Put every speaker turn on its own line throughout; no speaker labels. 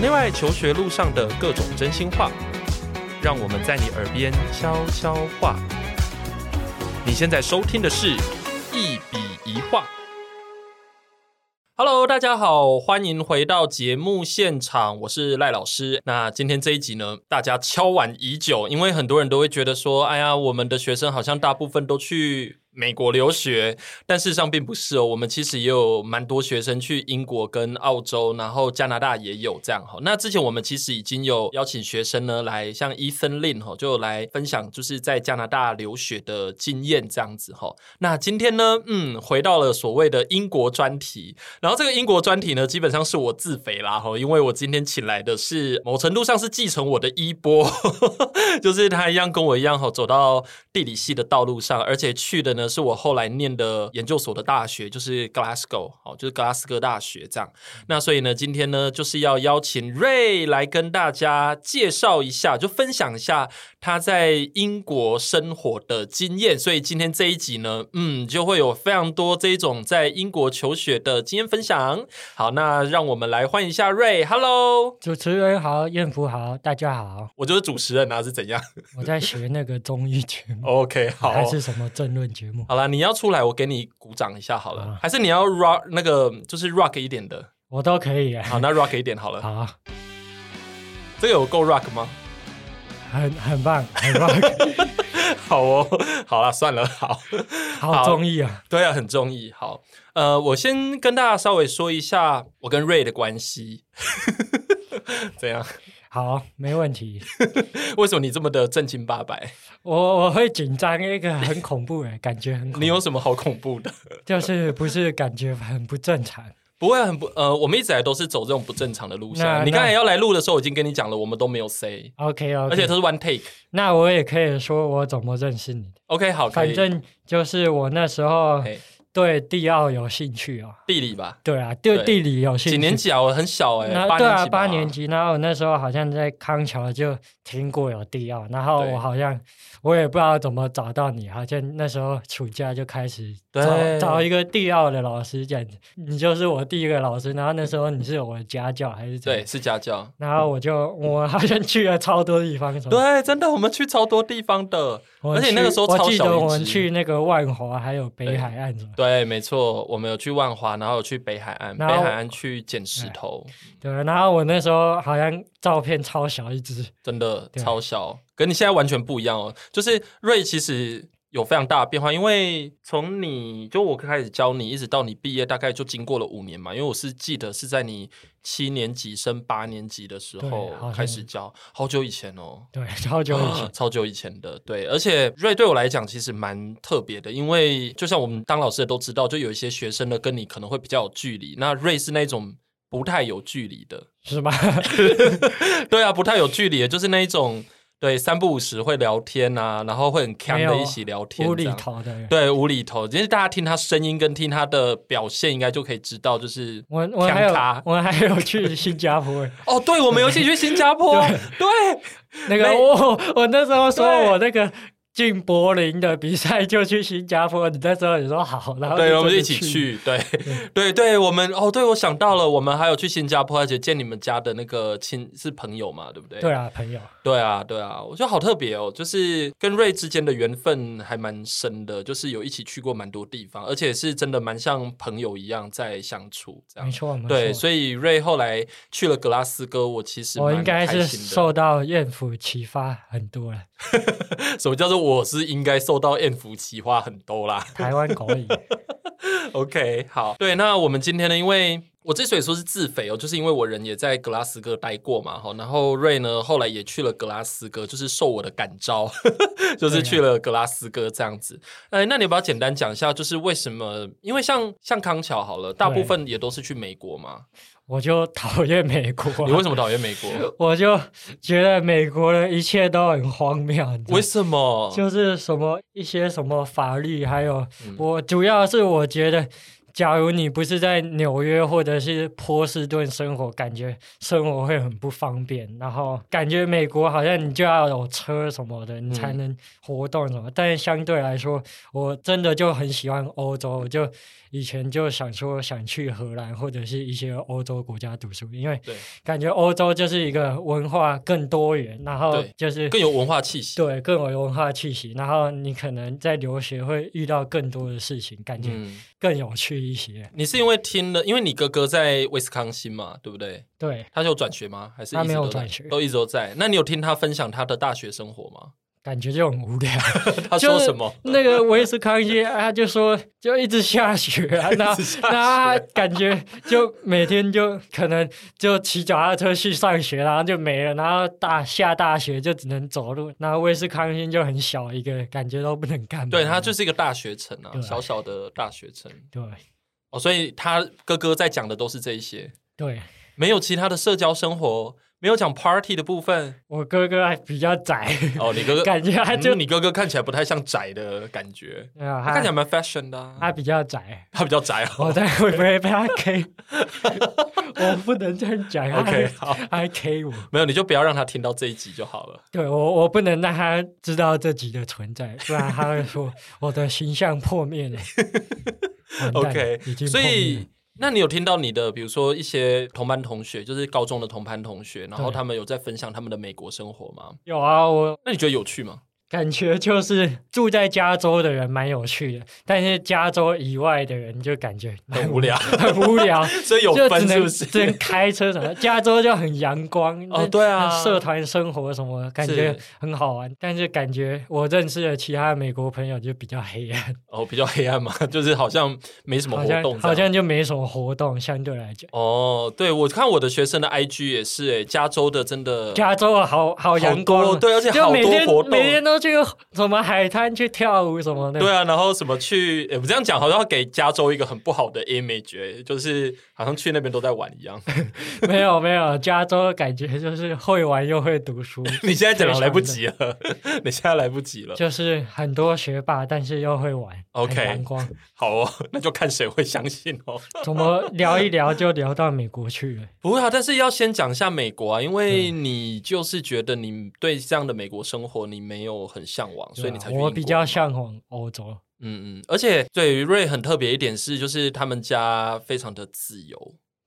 内外求学路上的各种真心话，让我们在你耳边悄悄话。你现在收听的是《一笔一画》。Hello，大家好，欢迎回到节目现场，我是赖老师。那今天这一集呢，大家敲碗已久，因为很多人都会觉得说，哎呀，我们的学生好像大部分都去美国留学，但事实上并不是哦。我们其实也有蛮多学生去英国跟澳洲，然后加拿大也有这样哈。那之前我们其实已经有邀请学生呢来，像 Ethan Lin 哈，就来分享就是在加拿大留学的经验这样子哈。那今天呢，嗯，回到了所谓的英国专题。然后这个英国专题呢，基本上是我自肥啦哈，因为我今天请来的是某程度上是继承我的衣钵， 就是他一样跟我一样哈，走到地理系的道路上，而且去的呢是我后来念的研究所的大学，就是 Glasgow 哦，就是格拉斯哥大学这样。那所以呢，今天呢就是要邀请瑞来跟大家介绍一下，就分享一下他在英国生活的经验。所以今天这一集呢，嗯，就会有非常多这种在英国求学的经验分享。好，那让我们来欢迎一下瑞，Hello，
主持人好，艳福好，大家好，
我就是主持人啊，是怎样
我在学那个综艺节 目，
？OK，好，
还是什么政论节目？
好啦，你要出来，我给你鼓掌一下好了。
啊
还是你要 rock 那个就是 rock 一点的，
我都可以耶。
好，那 rock 一点好了。
好，
这个有够 rock 吗？
很很棒，很棒，
好哦，好啦，算了，好。好
好综艺啊！
对啊，很中意。好，呃，我先跟大家稍微说一下我跟瑞的关系。 怎样？
好，没问题。
为什么你这么的正经八 百？
我我会紧张，那个很恐怖哎，感觉很恐
你有什么好恐怖的？
就是不是感觉很不正常？
不会啊很不呃，我们一直以来都是走这种不正常的路
那
线。你啊
那
刚才要来录的时候，我已经跟你讲了，我们都没有 say，
OK
而且
OK，
都是 one take。
那我也可以说我怎么认识你的，
OK，好，可以
反正就是我那时候
嘿
对地奥有兴趣哦。
地理吧。
对啊，对
对
地理有兴趣。
几年级啊？我很小哎、
那
八
对
年级
啊，
吧
八年。级，然后我那时候好像在康桥就听过有地奥，然后
对
我好像我也不知道怎么找到你，好像那时候暑假就开始
对
找找一个地奥的老师讲，你就是我第一个老师，然后那时候你是我的家教还是怎样
对，？是家教。
然后我就我好像去了超多地方，什么？
对，真的，我们去超多地方的。
我
而且
去
那个时候
我
超
记
小
得
一
我们
只
去那个万华还有
对
北海岸什么？
对，没错，我们有去万华，然后有去北海岸，北
然后
海岸去捡石头，
对，然后我那时候好像照片超小一只，
真的
对
超小，跟你现在完全不一样哦。就是瑞其实有非常大的变化，因为从你就我开始教你，一直到你毕业，大概就经过了五年嘛。因为我是记得是在你七年级升八年级的时候
对好像
开始教，好久以前哦。
对，超久以前。
超久以前的，对，而且瑞对我来讲其实蛮特别的，因为就像我们当老师的都知道，就有一些学生呢跟你可能会比较有距离，那瑞是那种不太有距离的，
是吗？
对啊，不太有距离的，就是那一种对三不五时会聊天啊，然后会很强
没
的
有
一起聊 天，
无厘。头的人。
对，无厘头，其实大家听他声音跟听他的表现，应该就可以知道，就是
我我还
强
有
咖
我还有去新加坡，
哦，对，我们有一起去新加坡，对，
那个
没
我我那时候
对
说我那个进柏林的比赛就去新加坡，你那时候也说好，然后
对，我们
就
一起
真的
去。对，对， 对，我们哦，对，我想到了，我们还有去新加坡，而且见你们家的那个亲是朋友嘛，对不对？
对啊，朋友，
对啊，对啊，我觉得好特别哦，就是跟瑞之间的缘分还蛮深的，就是有一起去过蛮多地方，而且是真的蛮像朋友一样在相处这
没
样。
错没错。
对，所以瑞后来去了格拉斯哥，我其实
我
蛮
应该
开
是
心的
受到艳福启发很多 了，
什么叫做我是应该受到艳福奇花很多啦。
台湾狗语。
OK，好，对，那我们今天呢，因为我之所以说是自肥哦，就是因为我人也在格拉斯哥待过嘛，哈，然后瑞呢后来也去了格拉斯哥，就是受我的感召， 就是去了格拉斯哥这样子。哎，那你要不要简单讲一下，就是为什么？因为像像康桥好了，大部分也都是去美国嘛，
我就讨厌美国啊，
你为什么讨厌美 国？
我就觉得美国的一切都很荒谬，你知道吗
为什么？
就是什么一些什么法律，还有我主要是我觉得假如你不是在纽约或者是波士顿生活，感觉生活会很不方便。然后感觉美国好像你就要有车什么的，你才能活动什么。但是相对来说，我真的就很喜欢欧洲，我就以前就想说想去荷兰或者是一些欧洲国家读书，因为
对
感觉欧洲就是一个文化更多元，然后
对
就是
更有文化气息。
对更有文化气息，然后你可能在留学会遇到更多的事情，感觉
嗯，
更有趣一些。
你是因为听了，因为你哥哥在威斯康星嘛，对不对？
对，
他是有转学吗？还是一直
他没有
都在
转学
都一直都在。那你有听他分享他的大学生活吗？
感觉就很无聊。
他说什么？
那个维斯康星，啊他就说就一直下雪啊，那
一直下雪
那感觉就每天就可能就骑脚踏车去上学，然后就没了，然后大下大雪就只能走路。然后威斯康星就很小一个，感觉都不能干嘛。
对他就是一个大学城啊，
对
小小的大学城
对
哦，所以他哥哥在讲的都是这一些，
对，
没有其他的社交生活，没有讲 party 的部 分
我哥哥还比较宅，
哦。你哥哥
感觉他就
嗯你哥哥看起来不太像宅的感觉，
对啊，
他看起来
他
蛮 fashion 的啊、
他比较宅。
他比较宅
我
哦。
在会不会被他 K？我不能这样讲。他
OK，好，
他 K 我。
没有你就不要让他听到这一集就好了。
对我，我不能让他知道自己的存在，不然他会说我的形象破灭了。完蛋
OK，
已经
所
破灭了
以。那你有听到你的，比如说一些同班同学，就是高中的同班同学，然后
对
他们有在分享他们的美国生活吗？
有啊，我
那你觉得有趣吗？
感觉就是住在加州的人蛮有趣的，但是加州以外的人就感觉
很无 聊，
很无聊，
所以有
就只
分是不
能
是？
只能开车什么。 加州就很阳光
哦，对啊，
社团生活什么感觉
是
很好玩，但是感觉我认识的其他美国朋友就比较黑暗，
哦比较黑暗嘛， 就是好像没什么
好
活
像
动这
好
样。
像就没什么活动，相对来讲。
哦，对，我看我的学生的 IG 也是、诶，加州的真的
加州啊，好好阳光
多
啊，
对，而且
就
好
每
多
天
活动，
每天都去什么海滩去跳舞什么的。
对啊，然后什么去，诶我这样讲好像给加州一个很不好的 image，、诶就是好像去那边都在玩一样。
没有没有，加州感觉就是会玩又会读 书，
你现在讲来不及了， 你现在来不及了。
就是很多学霸，但是又会玩。
OK
很阳光，
好哦， 那就看谁会相信哦。
怎么聊一聊就聊到美国去了？
不会啊，但是要先讲一下美国啊，因为你就是觉得你对这样的美国生活你没有很向往，所以你才去英国
啊我比较向往欧洲。
嗯嗯，而且对于瑞很特别一点是，就是他们家非常的自由，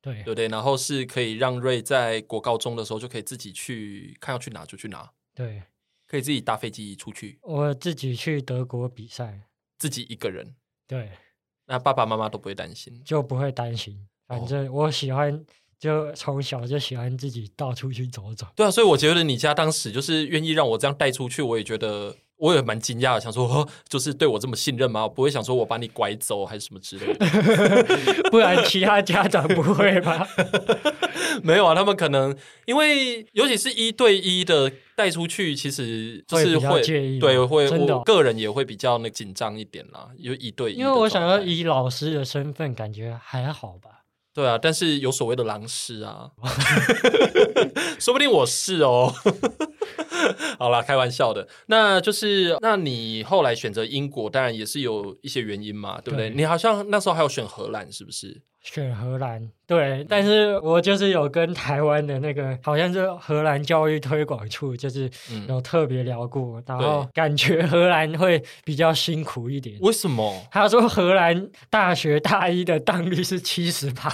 对
对不对？然后是可以让瑞在国高中的时候就可以自己去看要去哪就去哪，
对，
可以自己搭飞机出去，
我自己去德国比赛，
自己一个人，
对，
那爸爸妈妈都不会担心。
就不会担心。
哦
反正我喜欢，就从小就喜欢自己到处去走走。
对啊，所以我觉得你家当时就是愿意让我这样带出去，我也觉得我也蛮惊讶的，想说、哦、就是对我这么信任吗？我不会想说我把你拐走还是什么之类的。
不然其他家长不会吧？
没有啊，他们可能因为尤其是一对一的带出去，其实就是
会比较
会
介意吗
对会
真的哦
我个人也会比较那紧张一点啦，有一对一的
因为我想要
状态
以老师的身份，感觉还好吧。
对啊，但是有所谓的狼师啊， 说不定我是哦。 好啦，开玩笑的。那就是，那你后来选择英国，当然也是有一些原因嘛，对不对？
对
你好像那时候还有选荷兰，是不是？
选荷兰，
嗯
对，但是我就是有跟台湾的那个，好像是荷兰教育推广处，就是
嗯
有特别聊过，然后感觉荷兰会比较辛苦一点。？
为什么
他说荷兰大学大一的当率是七十趴，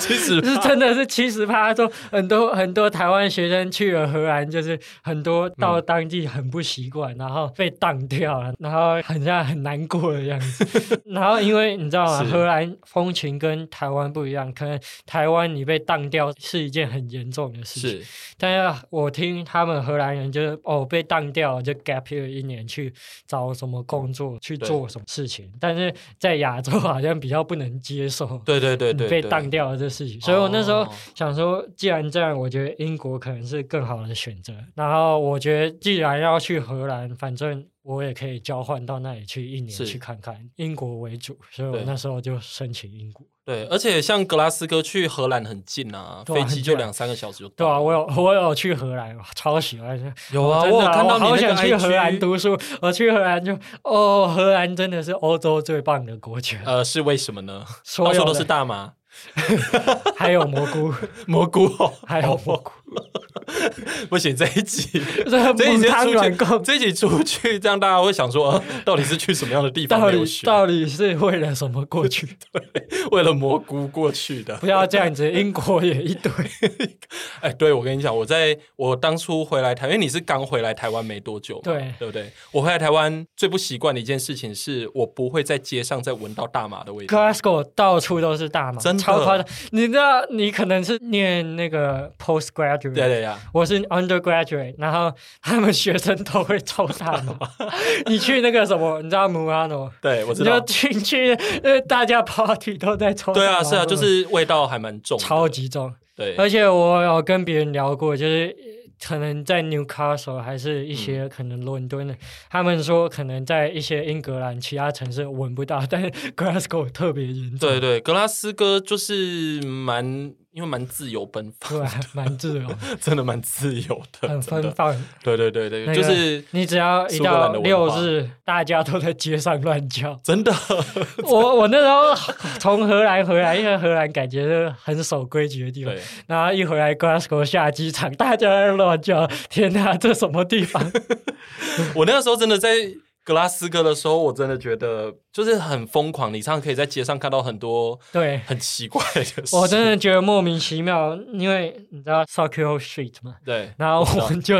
其实
是真的是七十趴。他说很多很多台湾学生去了荷兰，就是很多到当地很不习惯，然后被当掉了，然后很像很难过的样子。然后因为你知道吗？
是
荷兰风情跟台湾不一样，可能台湾你被当掉是一件很严重的事情，
是
但是啊我听他们荷兰人就是哦被当掉了就 gap year 一年去找什么工作去
对
做什么事情，但是在亚洲好像比较不能接受。
对对对对
你
对，
被当掉了这事情，所以我那时候
哦
想说，既然这样，我觉得英国可能是更好的选择。然后我觉得，既然要去荷兰，反正我也可以交换到那里去一年
是
去看看，英国为主，所以我
对
那时候就申请英国。
对，而且像格拉斯哥去荷兰很近啊，
对啊
飞
很
机
近
就两三个小时就
对
到
啊，
了。
我有 我有去荷兰，我超喜欢。
有啊，
真的
有看到
我
你
好
那个
想去荷
IG
兰读书。我去荷兰就哦，荷兰真的是欧洲最棒的国家，
呃，是为什么呢？
所
到处
有
都是
的
大麻、
还有蘑菇，
蘑菇哦，
还有蘑菇，
不行，这一 集，
这
这一
母
集
汤软
出
供
去，这一集出去，这样大家会想说，呃到底是去什么样的地方
到底
留学？
到底是为了什么过去？
为了蘑菇过去的
不。要这样子，英国也一堆。
哎，对，我跟你讲，我在我当初回来台，因为你是刚回来台湾没多久嘛，
对
对不对？我回来台湾最不习惯的一件事情是，我不会在街上再闻到大麻的味道。
Glasgow 到处都是大麻，
真的
超夸张。你知道，你可能是念那个 postgraduate，
对对呀，
我是 undergraduate，然后他们学生都会抽大 麻。你去那个什么，你知道 Murano，
对我
你
知道
就。进去，呃，大家 party 都在抽大
对
麻。
啊，是啊，
根本
就是味道还蛮重的，
超级重。
对，
而且我有跟别人聊过，就是呃可能在 Newcastle 还是一
嗯
些可能伦敦的，他们说可能在一些英格兰其他城市闻不到， 但是 Glasgow 特别严重。
对对，格拉斯哥就是蛮，因为蛮自由奔放，
对啊，蛮自由，
真的蛮自由的，
很
真
奔
的，
放。
对对对对，
那
就
个
是
你只要一
苏格兰
到
的文
六
化
日，大家都在街上乱 叫。
真 的，
我我那时候从荷兰回来，因为荷兰感觉是很守规矩的地方
对，，
然后一回来 Glasgow 下机场，大家在乱叫，天哪，这什么地 方？
我那个时候真的在格拉斯哥的时候，我真的觉得就是很疯狂，你常常可以在街上看到很多
对。
很奇怪的事，
我真的觉得莫名其妙，因为你知道 s o c k o Street 嘛，
对，
然后
知道
我们就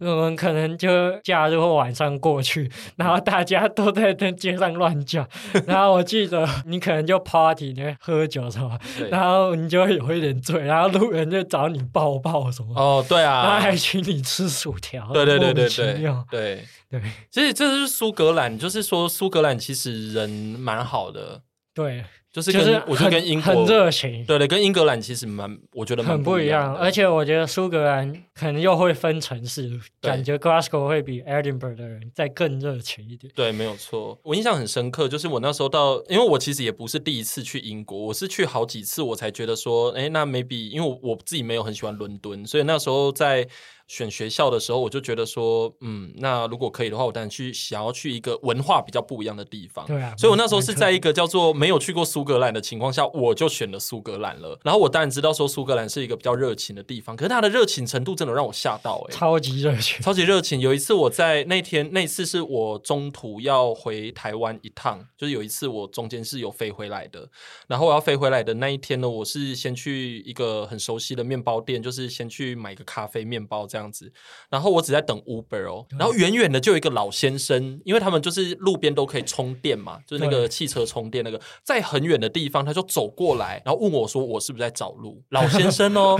我们可能就假日或晚上过去，然后大家都在那街上乱 叫，然后我记得你可能就 party 呢喝酒什么，
对
然后你就会有一点醉，然后路人就找你抱抱什么，
哦，对
然后
啊，
还请你吃薯条，
对对对对
莫名其
对
妙
对，
对
其实这就是苏格兰，就是说苏格兰其实人蛮好的，
对，
就是
就
跟
是
我觉得跟英国
很很热情。
对对，跟英格兰其实蛮，我觉得蛮
很不一样，
的
而且我觉得苏格兰可能又会分城市，
对
感觉 Glasgow 会比 Edinburgh 的人再更热情一点。
对，没有错。我印象很深刻，就是我那时候到，因为我其实也不是第一次去英国，我是去好几次，我才觉得说，哎，那 maybe 因为我我自己没有很喜欢伦敦，所以那时候在选学校的时候，我就觉得说，嗯，那如果可以的话，我当然去想要去一个文化比较不一样的地方。
对啊，
所以我那时候是在一
蛮
个叫做没有去过苏格兰的情况下，我就选了苏格兰了。然后我当然知道说苏格兰是一个比较热情的地方，可是它的热情程度真的让我吓到哎、
蛮超级热 情。
超级热情。有一次我在那天那次是我中途要回台湾一趟，就是有一次我中间是有飞回来的，然后我要飞回来的那一天呢，我是先去一个很熟悉的面包店，就是先去买个咖啡、面包这样子。然后我只在等 Uber 哦，然后远远的就有一个老先生，因为他们就是路边都可以充电嘛，就是那个汽车充电那个，在很远的地方他就走过来，然后问我说我是不是在找路，老先生哦，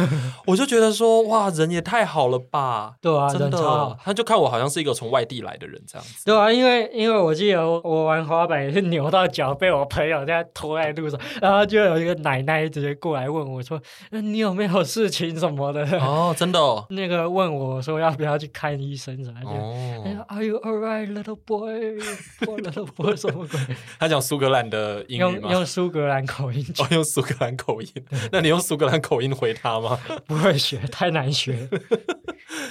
我就觉得说哇人也太好了吧，
对啊，
真
人超
的哦
好。，
他就看我好像是一个从外地来的人这样 子。
对啊，因为因为我记得我我玩滑板也是扭到脚，被我朋友这样拖在路上，然后就有一个奶奶直接过来问我说：“那你有没有事情什么的？”
哦，真的哦，
那个问我说要不要去看医生什么的。 哎呀
哦，
Are you alright, little boy? Poor little boy，什么鬼？
他讲苏格兰的英语
用
吗？
用苏格兰口音 讲
哦，用苏格兰口音，那你用苏格兰口音回他吗？
不会学，太难学。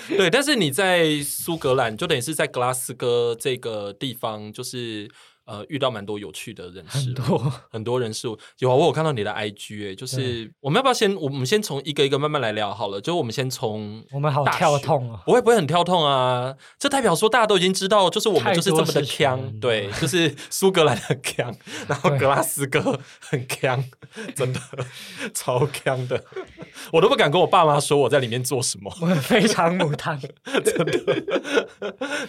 对，但是你在苏格兰，就等于是在格拉斯哥这个地方，就是呃遇到蛮多有趣的人事
很
物，
多
很多人事物。有啊，我有看到你的 IG，哎、就是我们要不要先，我们先从一个一个慢慢来聊好了。就我们先从。
我们好
大学
跳痛哦。
不会不会很跳痛啊！这代表说大家都已经知道，就是我们
太
就是这么的
多事情了
强，对，就是苏格兰很强， 然后
对
格拉斯哥很强，真的超强的，我都不敢跟我爸妈说我在里面做什么。
我们非常母汤，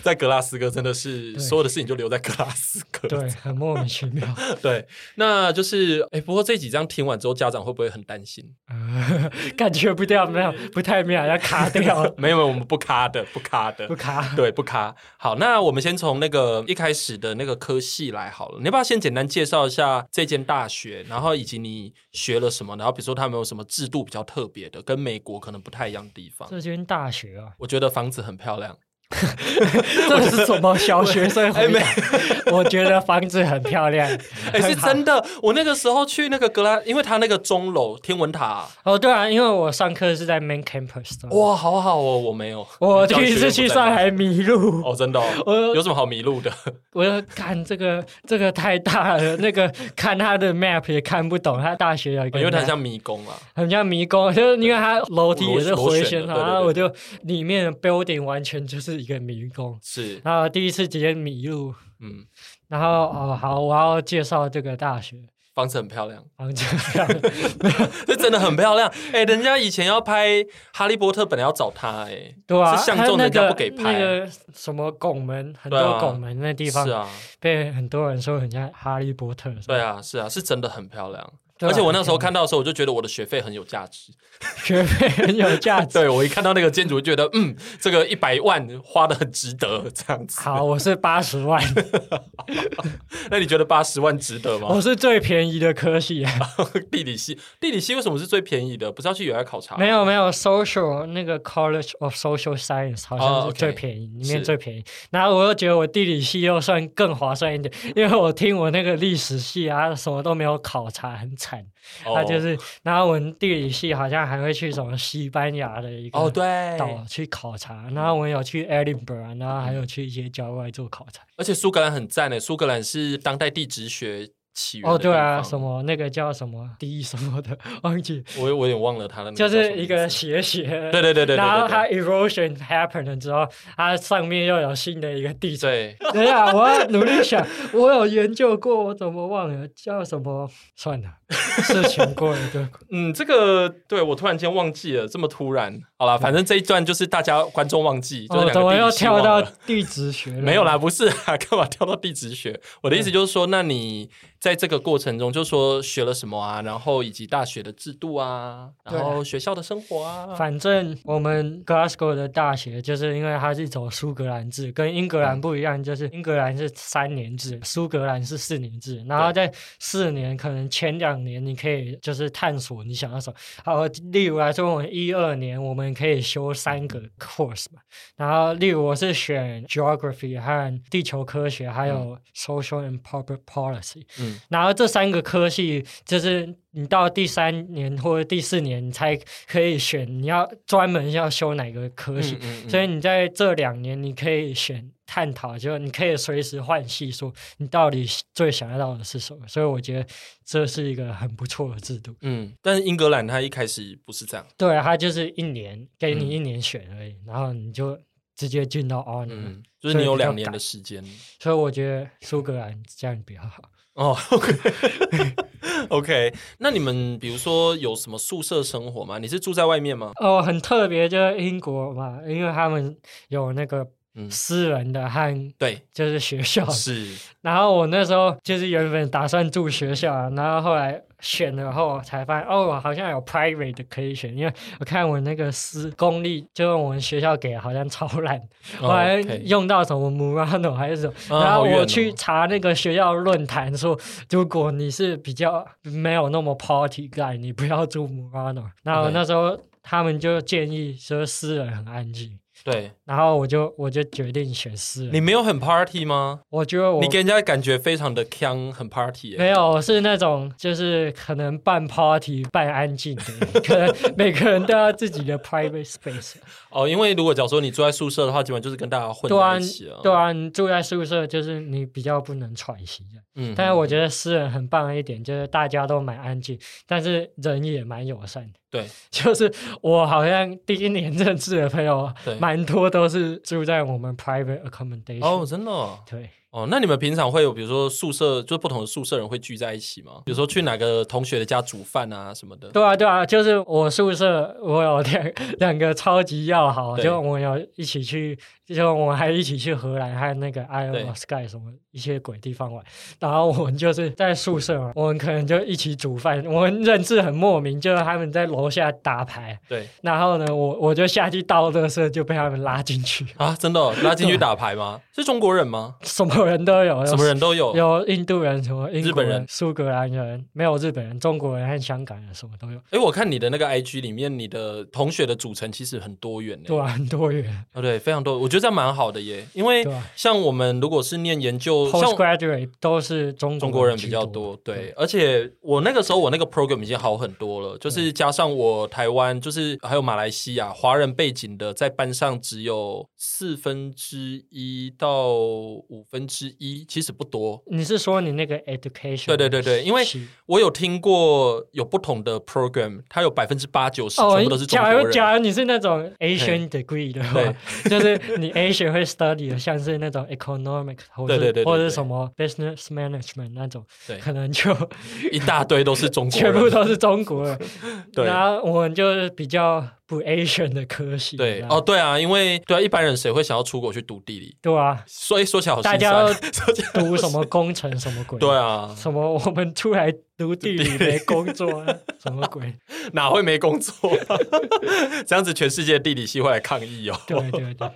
在格拉斯哥真的是
对
所有的事情就留在格拉斯哥。
对，很莫名其妙。
对那就是哎、诶不过这几张听完之后，家长会不会很担心？，
呃感觉不掉，没有，不太妙，要卡掉了
没有，没有，我们不卡的，不卡的
不。卡。
对，不卡。好，那我们先从那个一开始的那个科系来好了。你要不要先简单介绍一下这间大学，然后以及你学了什么？然后比如说他们有什么制度比较特别的，跟美国可能不太一样的地方？
这间大学啊，
我觉得房子很漂亮，
这是什么小学生
哎
回
没
答？ 我觉得房子很漂 亮。
哎、是真的。我那个时候去那个格拉，因为它那个钟楼天文塔、
哦，对啊，因为我上课是在 Main Campus 的。
哇，好好哦，我没有。
我第一次去上
海，
海迷路，
哦，真 的、哦，
我
有什么好迷路 的？
我就看这个这个太大了，那个看他的 map 也看不懂，他大学有一个 map，
哦因为它很像迷宫啊。
很像迷宫，就是因为它楼梯也是回旋
螺旋的对
的，
对对
然后我就里面的 building 完全就是一个迷宫，
是，
然后第一次直接迷路，
嗯，
然后哦好，我要介绍这个大学。
房子很漂亮，
然后就这样，
这真的很漂亮。哎、人家以前要拍《哈利波特》，本来要找他、哎，
对 啊，
是相中
它
人
那
家
个
不给拍
那个什么拱门，很
对啊
多拱门那地方
是啊，
被很多人说很像哈利波特。
对啊，是啊，是真的很漂亮。
对啊
而且我那时候看到的时候，我就觉得我的学费很有价值。
学费很有价值。
对我一看到那个建筑，就觉得嗯，这个一百万花的很值得，这样子。
好，我是八十 万，
那你觉得八十万值得吗
我？是最便宜的科系。
地理系，地理系为什么是最便宜的？不是要去野外考察？
没有没有，social 那个 College of Social Science 好
哦
像是
，OK
最便宜，里
是
面最便宜。然后我又觉得我地理系又算更划算一点，因为我听我那个历史系啊，什么都没有考察，很惨。
哦
他就是，然后我们地理系好像还会去什么西班牙的一
哦，
个
对，
岛去考察，然后我们有去 Edinburgh，然后还有去一些郊外做考察。
而且苏格兰很赞诶，苏格兰是当代地质学起源
哦，
的地
对
方
啊，什？么那个叫什么第一什么的， 忘记，
我我有点忘了它的名字
就
叫什么名字，
是一个斜斜。
对对对对对
然后
对
它
对
erosion happen 了之后，它上面又有新的一个地层。
对，
等一下，我要努力想，我有研究过，我怎么忘了叫什么？算了，事情过了就过
嗯，这个对我突然间忘记了，这么突然。好啦，反正这一段就是大家观众忘记， 就是
嗯哦，
两个
怎么
地理
又
系忘
跳
了
到嗯地质学了？
没有啦，不是啊， 干嘛跳到地质学？我的意思就是说，那你在这个过程中，就说学了什么啊，然后以及大学的制度啊，
对
然后学校的生活啊，
反正我们 Glasgow 的大学，就是因为它是走苏格兰制，跟英格兰不一样，就是英格兰是三年制，苏格兰是四年制。然后在四年，可能前两年你可以就是探索你想要什么。好，例如来说，我们一二年我们可以修三个 course 嘛。然后，例如我是选 geography 和地球科学，还有 social and public policy。
嗯，
然后这三个科系，就是你到第三年或者第四年，你才可以选你要专门要修哪个科系。
嗯嗯
所以你在这两年，你可以选探讨，就是你可以随时换系，说你到底最想要的是什么。所以我觉得这是一个很不错的制度。
嗯，但是英格兰它一开始不是这样，
对，啊它就是一年给你一年选而已，然后你就直接进到 honor，、
嗯，就是你有两年的时间
所以我觉得苏格兰这样比较好。
哦。OK，OK，、OK，那你们比如说有什么宿舍生活吗？你是住在外面吗？
哦，很特别，就是英国嘛，因为他们有那个
嗯
私人的和
对，
就是学校的，
是
然后我那时候就是原本打算住学校啊，然后后来选了后才发现，哦，好像有 private 的可以选，因为我看我那个私公立，就是我们学校给的好像超烂，
哦
后来
OK
用到什么 Murano 还是什么，
啊
然后
好远
我
哦
去查那个学校论坛说，如果你是比较没有那么 party guy，你不要住 Murano。然后
OK
那时候他们就建议说私人很安静，
对，
然后我就我就决定选私
你
人。
没有很 party 吗？
我觉得我
你给人家感觉非常的腔，很 party 欸、
没有，我是那种就是可能办 party 办安静的，可 能每个人都要自己的 private space。
哦，因为如果假如说你住在宿舍的话，基本上就是跟大家 混
对
在
啊
一起哦了。，
对啊，你住在宿舍就是你比较不能喘息的。
嗯
但是我觉得私人很棒的一点就是大家都蛮安静，但是人也蛮友善的。
对，
就是我好像第一年认识的朋友
对，
蛮多都是住在我们 private accommodation。
哦，真的哦
对，
哦，那你们平常会有比如说宿舍，就不同的宿舍人会聚在一起吗？比如说去哪个同学的家煮饭啊什么的。
对啊，对啊，就是我宿舍我有两两个超级要好，
对
就我们有一起去，就我们还一起去荷兰和那个 Iowa
对
Sky 什么一些鬼地方玩。然后我们就是在宿舍嘛，我们可能就一起煮饭，我们认识很莫名，就是他们在楼下打牌，
对
然后呢，我我就下去倒垃圾就被他们拉进去。
啊，真的哦、拉进去打牌吗？是中国人吗？
什么人都有，有
什么人都有，
有印度人、什么英
日
国
本人
苏格兰人，没有日本人、中国人和香港人，什么都有，
哎，我看你的那个 IG 里面，你的同学的组成其实很多元呢。
对啊，很多元。
哦对，非常多，我觉得这样蛮好的耶。因为
对啊
像我们如果是念研究，像
Postgraduate 都是中
中国人比
居
较多，对，而且我那个时候我那个 program 已经好很多了，
嗯
就是加上我台湾，就是还有马来西亚华人背景的，在班上只有四分之一到五分之一，其实不多。
你是说你那个 education？
对对对对，因为
是
我有听过有不同的 program，它有百分之八九十
哦
全部都是，中
假
国
如
人。
假如你是那种 Asian degree 的话，就是你 Asian 会 study 的，像是那种 economic 或
对对对对
者或者
对
什么 business management 那种，
对，
可能就
一大堆都是中国
全部
人。
都是中国人。
对
然后我们就是比较不 Asian 的科系。
对
然后
哦，，对啊，因为对啊，一般人谁会想要出国去读地理？
对啊，
所以说起来好心
大
酸，
家 要
说起来好
读什
心
么工程什么 鬼？
对啊，
什么我们出来读地理没工 作啊，什么鬼？
哪会没工作？ 这样子全世界地理系会来抗议哦。
对对对，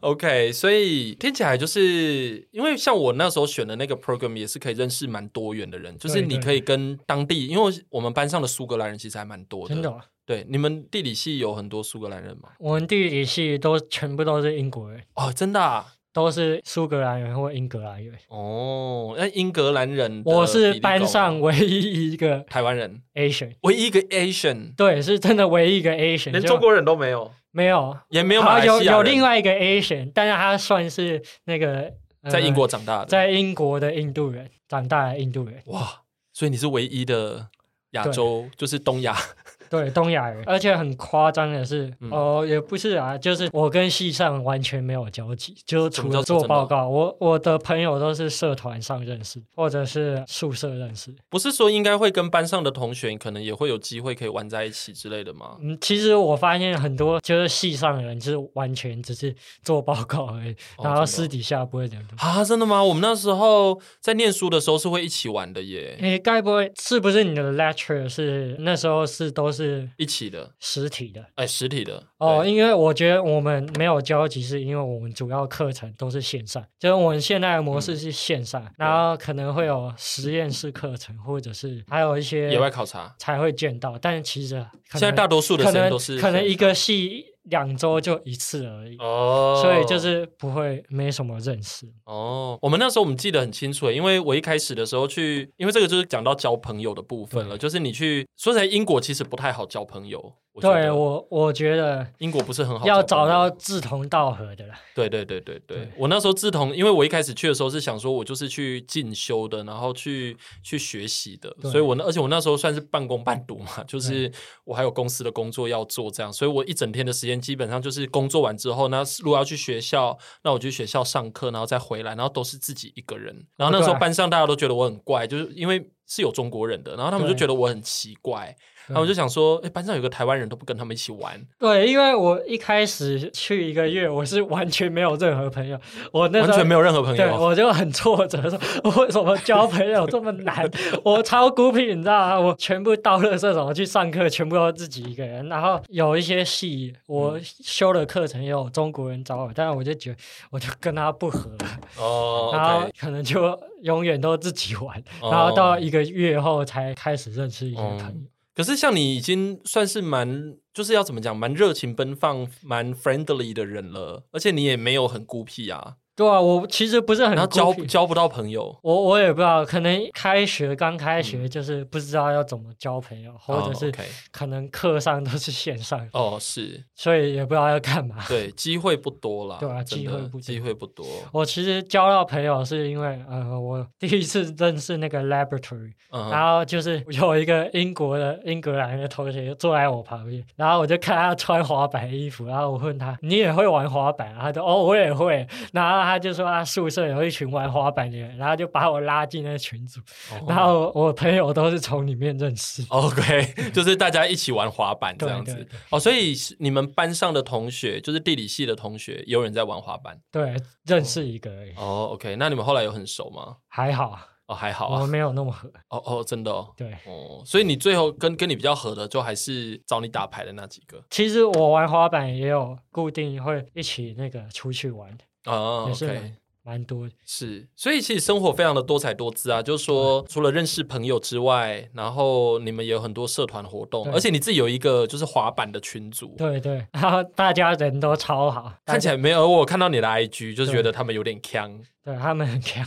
OK，所以听起来就是因为像我那时候选的那个 program 也是可以认识蛮多元的人，就是
对
你
对
可以跟当地，因为我们班上的苏格兰人其实还蛮多的。
真的啊，
对，你们地理系有很多苏格兰人吗？
我们地理系都全部都是英国人，
哦，真的啊。
都是苏格兰人或英格兰人。
哦，那英格兰人的
我
比
是
例
班
高啊
上
吗
唯一一个
台湾人，
Asian，
唯一一个 Asian，
对，是真的唯一一个 Asian，
连
就
中国人都没有，
没有，
也没有马
好
来西亚
有
人
有另外一个 Asian，但是他算是那个、呃
在英国长大的，
在英国的印度人长大的印度人，
哇，所以你是唯一的亚
对
洲，就是东亚
对东亚人， 而且很夸张的是，
嗯
哦，也不是啊，就是我跟系上完全没有交集，就是
什么
除
叫
了
做
做
真的
报告，我我的朋友都是社团上认识，或者是宿舍认识。
不是说应该会跟班上的同学，可能也会有机会可以玩在一起之类的吗？
嗯，其实我发现很多就是系上的人，就是完全只是做报告而已，
哦真
然
的
后
哦
私底下不会联络。
啊，真的吗？我们那时候在念书的时候是会一起玩的耶，
诶，该不会是不是你的 lecture 是那时候是都是
一起的，
实体的？
哎，实体的
哦，
对
因为我觉得我们没有交集，是因为我们主要课程都是线上，就是我们现在的模式是线
嗯
上，然后可能会有实验室课程，或者是还有一些
野外考察。
才会见到，但其实可
现
能
在大多数的
可
时间
能
都是
可能一个系两周就一次而已，
哦，
所以就是不会没什么认识。
哦，我们那时候我们记得很清楚耶，因为我一开始的时候去，因为这个就是讲到交朋友的部分了，就是你去说起来英国其实不太好交朋友，我觉
对
得
我，我觉得
英国不是很好
要
交朋
找
友
到志同道合的啦。
对对对对对
对，
我那时候志同，因为我一开始去的时候是想说，我就是去进修的，然后去去学习的，
对
所以我那而且我那时候算是半工半读嘛，就是我还有公司的工作要做，这样，所以我一整天的时间基本上就是工作完之后，那如果要去学校，那我去学校上课，然后再回来，然后都是自己一个人。然后那时候
对
班上大家都觉得我很怪，就是因为是有中国人的，然后他们就
对
觉得我很奇怪，
对
然后我就想说，哎，班上有个台湾人都不跟他们一起玩，
对，因为我一开始去一个月，我是完全没有任何朋友，我那时
完
候
全没有任何朋
对，
友。
我就很挫折，说我为什么交朋友这么难？我超孤僻，你知道吗？我全部到了这种去上课，全部都自己一个人。然后有一些戏，我
嗯
修的课程也有中国人找我，但是我就觉得我就跟他不合，
哦
然后
OK
可能就永远都自己玩，
哦
然后到一个月后才开始认识一些朋友。
可是像你已经算是蛮，就是要怎么讲，蛮热情奔放、蛮 friendly 的人了，而且你也没有很孤僻啊，
对啊，我其实不是很
然后
孤
交
僻。
交不到朋友。
我我也不知道，可能开学刚开学就是不知道要怎么交朋友，或者
嗯哦
是
，OK
可能课上都是线上，
哦，是
所以也不知道要干嘛。
对，机会不多啦，
对啊
真
机会
的
不多
机会不多
我其实交到朋友是因为，呃，我第一次认识那个 laboratory，、
嗯
然
哼，
后就是有一个英国的英格兰的同学坐在我旁边，然后我就看他穿滑板衣服，然后我问他你也会玩滑板啊？他就哦我也会，然后他就说他宿舍有一群玩滑板的人，然后就把我拉进那群组，
哦
然后我朋友都是从里面认识。
OK，就是大家一起玩滑板这
对
样
对
子
对
哦，所以是你们班上的同学，就是地理系的同学，有人在玩滑板
对，认识一个而已，
哦。OK，那你们后来有很熟吗？
还好，
哦，还好
我
啊
们。没有那么合。
哦哦，真的哦。
对，
哦，所以你最后跟跟你比较合的，就还是找你打牌的那几个。
其实我玩滑板也有固定会一起那个出去玩，
哦
也是
，OK，
蛮多的。
是，所以其实生活非常的多彩多姿啊。就是说，除了认识朋友之外，然后你们也有很多社团活动，
对
而且你自己有一个就是滑板的群组，
对对，然后大家人都超好，
看起
来
来没有。我有看到你的 IG，就是
对
觉得他们有点强。
对他们 很强，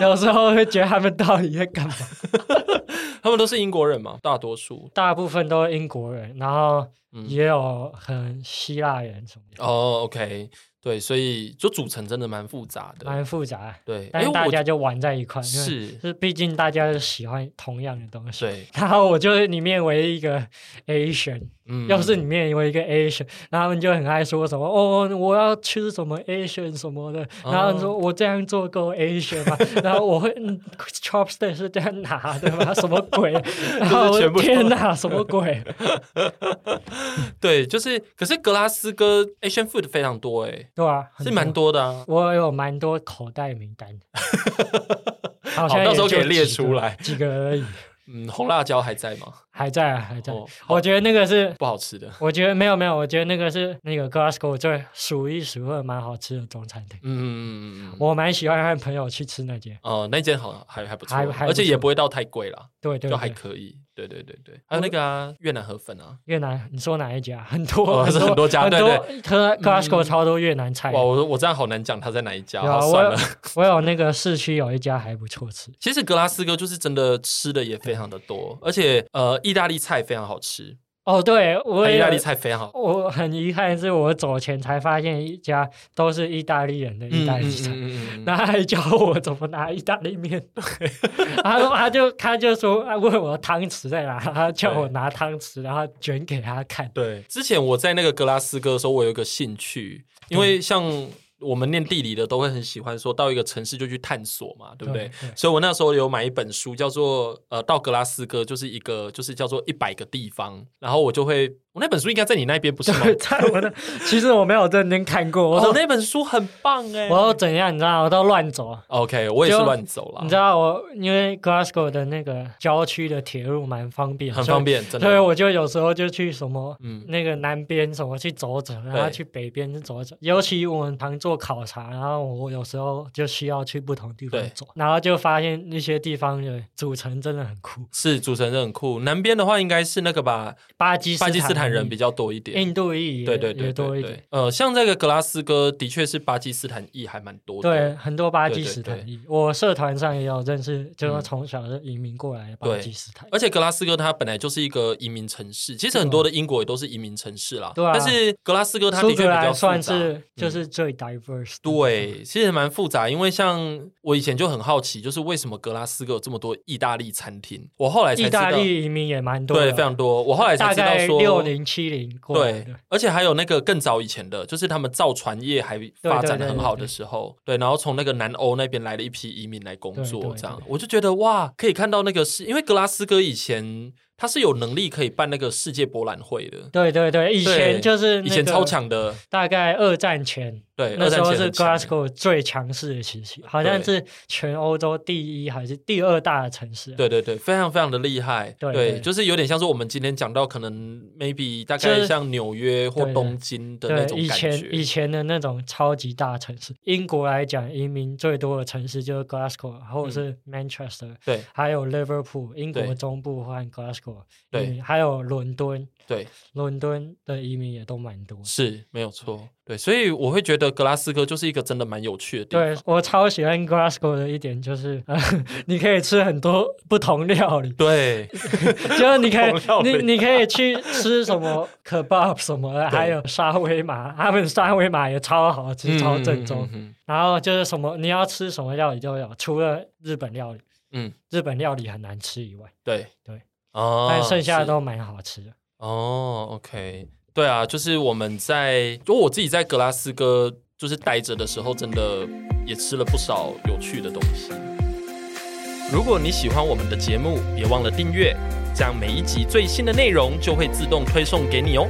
有时候会觉得他们到底在干嘛？
他们都是英国人嘛，大多数。
大部分都是英国人，然后
嗯
也有很希腊人什么的，
哦，OK，对，所以就组成真的蛮复杂的。
蛮复杂的。
对，
哎但
哎
是大
我
家就玩在一块，因为
是，
是毕竟大家喜欢同样的东西。
对，
然后我就是里面唯一一个 Asian，
嗯，
要是里面有一个 Asian，然后他们就很爱说什么哦，我要吃什么 Asian 什么的，
哦
然后说我这样做够 Asian 吗？ 然后我会、嗯、chopstick 是这样拿的吗？ 什么 鬼？然后
全部
我
都
天哪，什么鬼？
对，就是，可是格拉斯哥 Asian food 非常多、欸，
对啊，很
是蛮多的啊。
我有蛮多口袋名 单的，好
好，
像
到时候
也就
可以列
几
出
个
来
几个而已，
嗯，红辣椒还在吗？
还在啊还在。
哦
我觉得那个是，
不好吃的。
我觉得没有没有，我觉得那个是那个 Glasgow 最数一数二蛮好吃的中餐厅，
嗯，
我蛮喜欢和朋友去吃那间。
呃，那间好还还不错，啊
还还不
而且也
错
不会到太贵啦，
对对
就还
对，
可以。对对对对，还有那个啊，越南河粉啊，
越南，你说哪一家？ 很多，
哦是很多家
很
对嗯
多 Glasgow 超多越南菜
哇，。我我这样好难讲它在哪一家，
哎有啊
好
我
算
有
了。
我有那个市区有一家还不错吃，
其实格拉斯哥就是真的吃的也非常的多，而且呃，意大利菜非常好吃，
哦，对我
它
也
意大
有
利菜非常好。
我很遗憾，是我走前才发现一家都是意大利人的意大利菜，
嗯
然后他还教我怎么拿意大 利面，然后他就他就说啊问我汤匙在哪，他叫我拿汤匙，然后卷给他 看。
对，之前我在那个格拉斯哥的时候，我有一个兴趣，因为像我们念地理的都会很喜欢说到一个城市就去探索嘛，对不对？
对对
所以我那时候有买一本书，叫做呃到格拉斯哥，就是一个就是叫做一百个地方，然后我就会，我那本书应该在你那边不是吗？
在我的，其实我没有认真看过，我
我、哦、
说、
那本书很棒 哎、
我要怎样，你知道，我都乱走。
OK，我也是
就
乱走了，
你知道我因为 Glasgow 的那个郊区的铁路蛮方便，
很
所以
方便，真
所以
的。
我就有时候就去什么，
嗯
那个南边什么去走走，然后
对
去北边去走走。尤其我们常做考察，然后我有时候就需要去不同地方
对
走，然后就发现那些地方的组成真的很酷。
是主持人很酷，南边的话应该是那个吧，
巴基斯
巴
坦
基斯坦人比
较，
较多一点，
印度裔也
对对对
也多
对
一
对
点，。
呃，像这个格拉斯哥的确是巴基斯坦裔还蛮多的，
对，很多巴基
对对
斯
对
坦裔，我社团上也有认识，就
嗯
是从小就移民过来的巴
对
基斯坦。
而且格拉斯哥它本来就是一个移民城市，其实很多的英国也都是移民城市啦。
对啊
但是格拉斯哥它
苏
的确比
格
较
兰
复杂。
算是就
嗯
是最 diverse，的
对，其实蛮复杂，因为像我以前就很好奇，就是为什么格拉斯哥有这么多意大利餐厅？我后来才
意
知道，
大利移民也蛮多
对
的，
非常多。我后来才
大
知道
概
说，
六零七零过来
对
的。，
而且还有那个更早以前的，就是他们造船业还发展的很好的时候，对，然后从那个南欧那边来了一批移民来工
对
作，
对
这样
对
我就觉得哇，可以看到那个是因为格拉斯哥以前他是有能力可以办那个世界博览会的，
对对对，以前就是、那
以
个
前超，强的，
大概二战前，
对，
那时候
二战
是
前很强欸
Glasgow 最强势的时期，好像是全欧洲第一还是第二大的城市。，啊
对对对，非常非常的厉害，
对对
就是有点像是我们今天讲到可能 maybe 大
就
概
是
像纽约或
对对
东京的那
对，
种
以
感
前
觉，
以前的那种超级大城市，英国来讲移民最多的城市就是 Glasgow 啊或者是 Manchester，、
对
还有 Liverpool，英
嗯对
国中部和 Glasgow，
对
移民还有伦敦，
对，
伦敦的移民也都蛮多的。
是没有错，对，所以我会觉得格拉斯哥就是一个真的蛮有趣的地方。
对我超喜欢 Glasgow 的一点就是， 呃、你可以吃很多不同 料理，
对，
就是你可以
不同料理
你你可以去吃什么 kebab 什么的，
对
还有沙威玛，他们沙威玛也超好吃，超正宗。
嗯。嗯嗯
然后就是什么你要吃什么料理都有，除了日本料理，
嗯
日本料理很难吃以外，
对
对，
哦，
但剩下的
是
都蛮好吃的。
哦，OK，对啊，就是我们在，就我自己在格拉斯哥就是待着的时候，真的也吃了不少有趣的东西。如果你喜欢我们的节目，别忘了订阅，这样每一集最新的内容就会自动推送给你哦。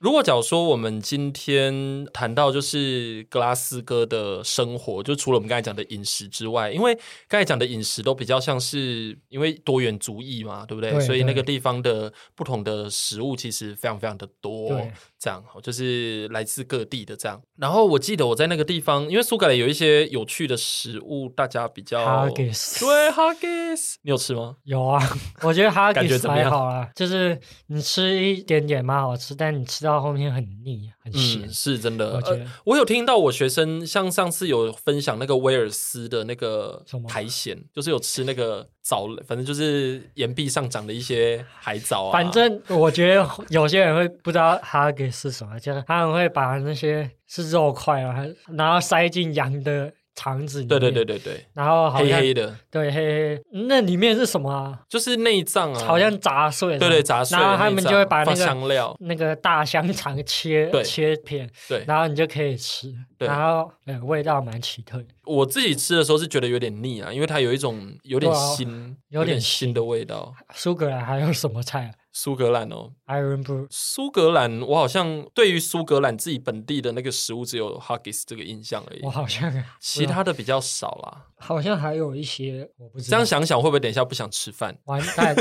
如果假如说我们今天谈到就是格拉斯哥的生活，就除了我们刚才讲的饮食之外，因为刚才讲的饮食都比较像是因为多元族裔嘛，对不对？
对
所以那个
对
地方的不同的食物其实非常非常的多
对，
这样哦就是来自各地的这样。然后我记得我在那个地方，因为苏格兰有一些有趣的食物，大家比较
Haggis
对 haggis，你有吃吗？
有啊， 我觉得哈
感觉
给
怎么样
还好啦，就是你吃一点点蛮好吃，但你吃到后面很腻很咸
嗯，。是真的。
我觉得
呃我有听到我学生像上次有分享那个威尔斯的那个
什么
苔藓，就是有吃那个藻类，反正就是岩壁上长的一些海藻啊。
反正我觉得有些人会不知道哈给是什么，就是他们会把那些是肉块啊，然后塞进羊的肠子里面，
对对对，对对，
然后好
黑
像
黑的，
对黑黑，那里面是什么啊？
就是内脏啊，
好像砸碎了，
对对砸碎的内脏，
然后他们就会把那
放
个
香料，
那个大香肠切
对
切片，
对。
然后你就可以吃，
对
然后呃味道蛮奇特的，
我自己吃的时候是觉得有点腻啊，因为它有一种有点
对啊
腥，
有
有点
点
腥的味道。
苏格兰还有什么菜、啊？
苏格兰哦，
Iron Brew
苏格兰，我好像对于苏格兰自己本地的那个食物只有 haggis 这个印象而已
我，好像
其他的比较少啦。
好像还有一些我不知
这
道
样。想想，会不会等一下不想吃饭？
完 蛋，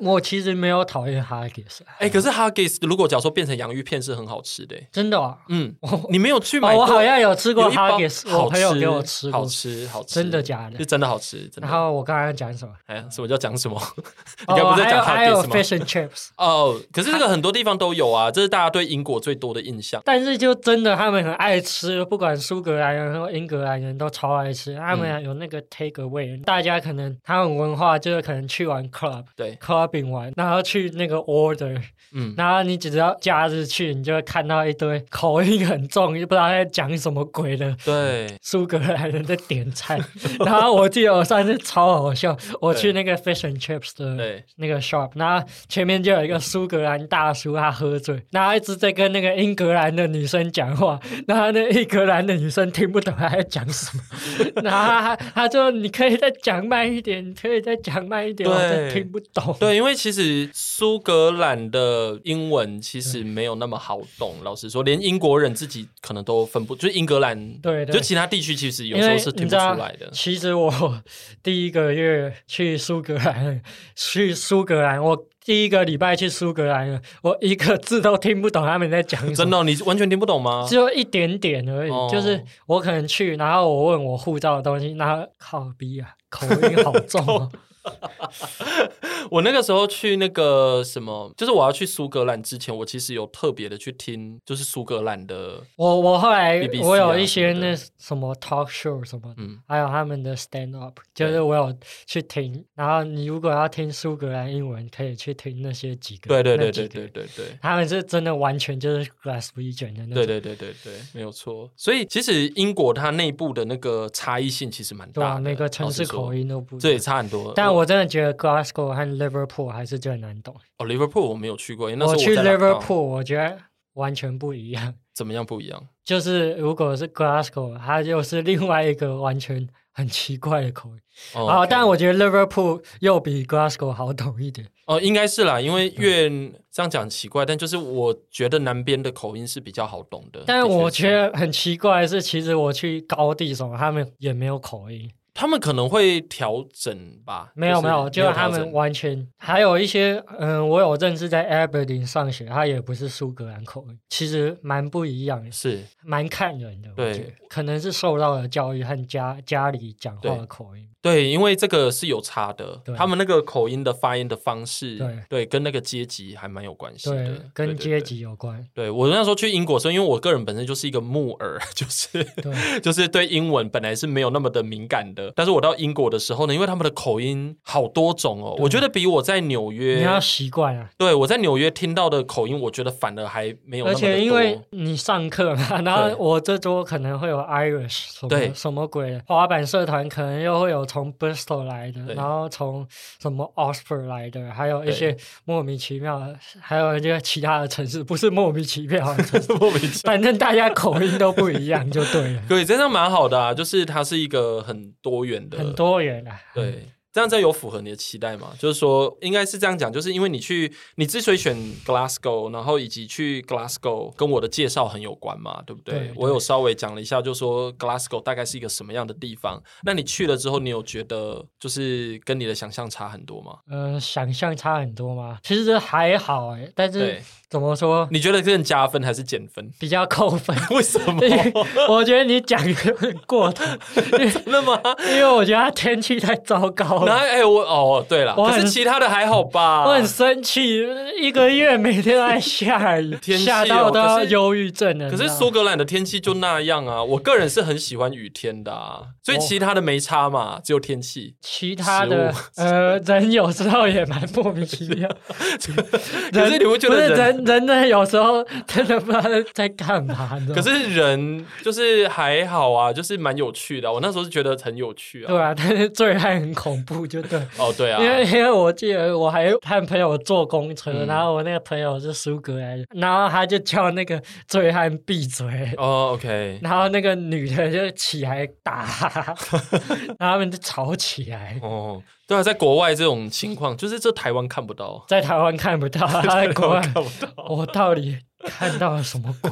我其实没有讨厌 Haggis，啊
哎、可是 haggis 如果假如说变成洋芋片是很好吃的欸、
真的啊。
嗯，你没有去买
哦，
过？
我好像有吃过
有一包
Haggis，
好
我朋友
吃
给我吃
好
过。
吃，好吃，
真的假的
是真的好吃，真的。
然后我刚刚讲什么？
哎呀，什么叫讲什么？ 你
哦，
刚不是在讲
还有
haggis
还有
吗？
Fish and Chips，
哦，可是这个很多地方都有啊，这是大家对英国最多的印象。
但是就真的他们很爱吃，不管苏格兰人和英格兰人都超爱吃。他
嗯
们啊有那个 take away，、大家可能他们文化就是可能去玩 club。
对，
clubbing 玩，然后去那个 order，
嗯，
然后你只要假日去，你就会看到一堆口音很重，又不知道在讲什么鬼的
对，
苏格兰人在点 菜。然后我记得我上次超好笑，我去那个 Fish and Chips 的
对，
那个 shop，然后前面就有一个苏格兰大叔，他喝醉，然后一直在跟那个英格兰的女生讲话，然后那英格兰的女生听不懂他在讲 什么，然后他他就你可以再讲慢一点，你可以再讲慢一点，
对
我真的听不懂。
对，因为其实苏格兰的英文其实没有那么好懂，老实说，连英国人自己可能都分不，就是英格兰，
对对
就其他地区其实有
因
时
为
候
你
是
知
听不出
道，
来的。
其实我第一个月去苏格兰， 去苏格兰，我第一个礼拜去苏格兰，我一个字都听不懂他们在讲什么，
真的哦、你完全听不懂吗
只？有一点点而已。
哦
就是我可能去，然后我问我护照的东西，然后靠逼啊，口音好重 哦、
我那个时候去那个什么，就是我要去苏格兰之前，我其实有特别的去听，就是苏格兰的，
我我后来
BBC
我有
啊
一些
什么的
那什么 talk show 什么的，
嗯，
还有他们的 stand up，就
对
是我有去听。然后你如果要听苏格兰英文，可以去听那些几个，
对对
那
对
几
对
个
对对对。
他们是真的完全就是 Glaswegian 的那种。
对对对对对，没有错。所以其实英国它内部的那个差异性其实蛮
对
大
啊，
的，
每个城市口
音
音都不一
这也
样。
差很多。
但我真的觉得 Glasgow 和 Liverpool 还是最难懂。
哦，Liverpool 我没有去过，因为那时
我
候
去
在拉当
Liverpool，我觉得完全不一样。
怎么样不一样？
就是如果是 Glasgow，它又是另外一个完全很奇怪的口音。
哦
啊，
OK
但我觉得 Liverpool 又比 Glasgow 好懂一点。
哦，应该是啦，因
嗯
为越这样讲很奇怪，但就是我觉得南边的口音是比较好懂的。
但
的确
我
是
觉得很奇怪的是，其实我去高地什么，他们也没有口音。
他们可能会调整吧，
没有
是
没有，就是他
调
们
整
完全还有一些，嗯，我有认识在 Aberdeen 上学，他也不是苏格兰口音，其实蛮不一样的，
是
蛮看人的。我
对
觉得，可能是受到了教育和家家里讲话的口音。
对，因为这个是有差的，
对
他们那个口音的发音的方式，
对
跟那个阶级还蛮有关系
对
的，，对
跟阶。级有关。
对对对我那时候去英国的时候，因为我个人本身就是一个木耳， 就是
对，
就是对英文本来是没有那么的敏感的，但是我到英国的时候呢，因为他们的口音好多种哦，我觉得比我在纽约
你要习惯啊。
对，我在纽约听到的口音，我觉得反而还没有那
而
么的多。
且因为你上 课嘛，然
对
后我这周可能会有 Irish 什
对
么什么鬼的，滑板社团可能又会有从 Bristol 来的
对，
然后从什么 Oxford 来的，还有
对
一些莫名其妙的，还有一些其他的城市，不是莫名其妙的 城市，
莫名其妙。
反正大家口音都不一样就对了
，对，真的蛮好的啊，就是它是一个很多元的，
很多元啊。
对。这样这有符合你的期待吗？就是说，应该是这样讲，就是因为你去，你之所以选 Glasgow，然后以及去 Glasgow，跟我的介绍很有关嘛，对不对？
对对
我有稍微讲了一下，就说 Glasgow 大概是一个什么样的地方。那你去了之后，你有觉得就是跟你的想象差很多吗？
呃，想象差很多吗？其实还好哎、但是
对
怎么说
你觉得更加分还是减分？
比较扣分。
为什 么？
我觉得你讲得有点过头，
真的吗？
因为我觉得它天气太糟糕
然后
了。
哎、我哦，对了，
我
可是
很
其他的还好吧？
我很生气，一个月每天都在下雨，
天气哦
下到我都要
可是
忧郁症了。
可
你
是
知道吗
苏格兰的天气就那样啊，我个人是很喜欢雨天的 啊，所以其他的没差嘛，只有天气。
其他的呃，人有时候也蛮莫名其妙。
可是你会觉
不
得
是
人，
人人的有时候真的不知道在干嘛，你知道吗
可是人就是还好啊，就是蛮有趣的啊、我那时候是觉得很有趣啊。
对啊， 但是醉汉很恐怖，就对。
哦，对啊
因，为因为我记得我还和朋友坐公车，
嗯
然后我那个朋友是苏格兰人，然后他就叫那个醉汉闭嘴，
哦，OK，
然后那个女的就起来打， 然后他们就吵起来。
哦，对啊，在国外这种情况，就是这台湾看不到，
在台湾看不 到， 在国外
看不到，
我到底看到了什么 鬼？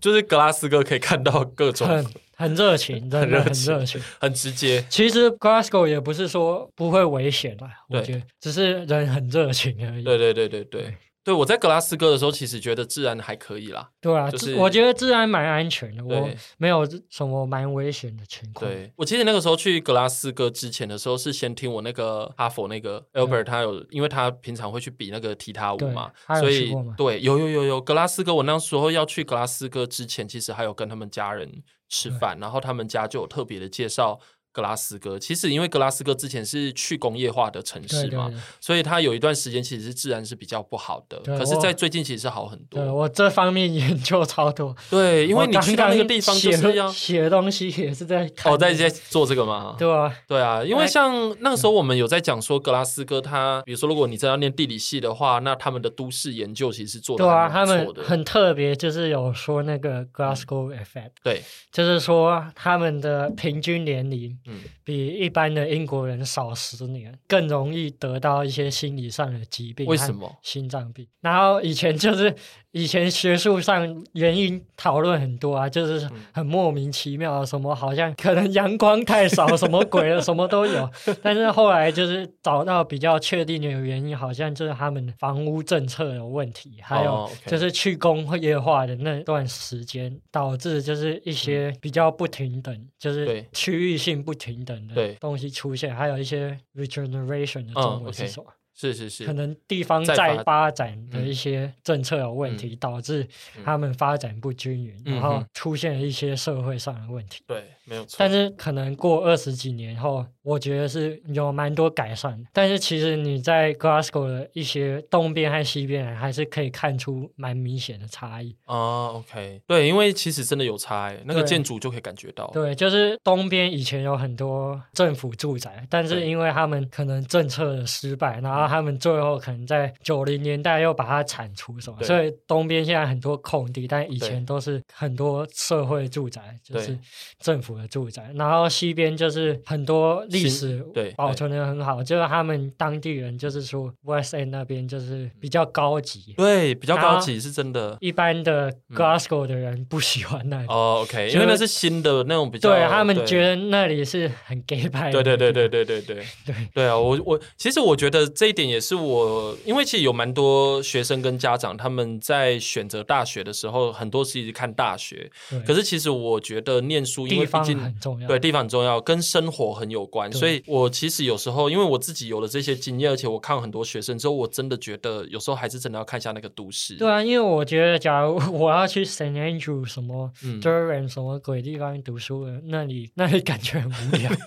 就是格拉斯哥可以看到各种
很很热情， 真的
热
很
情
热情。
很直接。
其实 Glasgow 也不是说不会危险啦，我
对
觉得只是人很热情而已。
对对对对对对，我在格拉斯哥的时候，其实觉得治安还可以啦。
对啊，
就是
自我觉得治安蛮安全的，我
对
没有什么蛮危险的情况。
对，我记得那个时候去格拉斯哥之前的时候，是先听我那个哈佛那个 Albert，他有，因为他平常会去比那个踢踏舞
嗯对
嘛，
他有
所
去
以
过吗
对，有有有有格拉斯哥，我那时候要去格拉斯哥之前，其实还有跟他们家人吃饭，然后他们家就有特别的介绍。格拉斯哥其实，因为格拉斯哥之前是去工业化的城
对
市
对
嘛，
对
所以它有一段时间其实是治安是比较不好的。
对
可是，
我
在最近其实好很多。
对，我这方面研究超多，
对，因为你
我
去到那
刚
个
刚
地方就
写
是要
写东西也是在看
哦，在在做这个嘛。
对啊，
对啊，因为
哎
像那个时候我们有在讲说格拉斯哥它，比如说如果你真的要念地理系的话，那他们的都市研究其实做的
对啊，他
不
们
错的，
很特别，就是有说那个 Glasgow effect，
对，
就是说他们的平均年龄
嗯，
比一般的英国人少十年，更容易得到一些心理上的疾病。
为什？么？
心脏病。然后以前就是 以前学术上原因讨论很多啊，就是
嗯
很莫名其妙，什么好像可能阳光太少，什么鬼了，什么都 有。但是后来就是找到比较确定的原因，好像就是他们的房屋政策有问题，还有
哦，OK
就是去工业化的那段时间，导致就是一些比较不平等，就是
嗯对
区域性不平等
对
的东西出现，还有一些 regeneration 的
嗯
中文是
，OK
什么？
是是是，
可能地方
再
再
发
发展的一些政策有问题，导致他们发展不均匀，
嗯
然
嗯
后
哼
出现了一些社会上的问题。
对，没有错
但。是可能过二十几年后，我觉得是有蛮多改善的。但是其实你在 Glasgow 的一些东边和西边还是可以看出蛮明显的差异。
啊，OK，对，因为其实真的有差欸，那个
对
建筑就可以感觉到。
对，就是东边以前有很多政府住宅，但是
对嗯
因为他们可能政策的失败，然后他们最后可能在九零年代又把它铲除什么，
对
所以东边现在很多空地，但以
对
前都是很多社会住宅，就
对
是政府的住宅。然后西边就是很多历
新
史
对
保
对
存的很好，就是他们当地人就是说 West End 那边就是比较高级，
对，比较高
啊
级是真的。
一般的
嗯
Glasgow 的人不喜欢那里。
哦，OK，
就
因为那是新的那种比较，
对他们
对
觉得那里是很 gay 派，
对对对对对对对
对
对啊！我我其实我觉得这一点也是我，因为其实有蛮多学生跟家长他们在选择大学的时候，很多是一直看大学，
对
可是其实我觉得念书，因
地
为毕
方
竟
很。重要。
对，地方很重要，跟生活很有关，
对
所以我其实有时候，因为我自己有了这些经验，而且我看很多学生之后，我真的觉得有时候还是真的要看一下那个都市。
对啊，因为我觉得，假如我要去 St. Andrew 什么
嗯
Durham 什么鬼地方读书的，那里 那里感觉很无聊，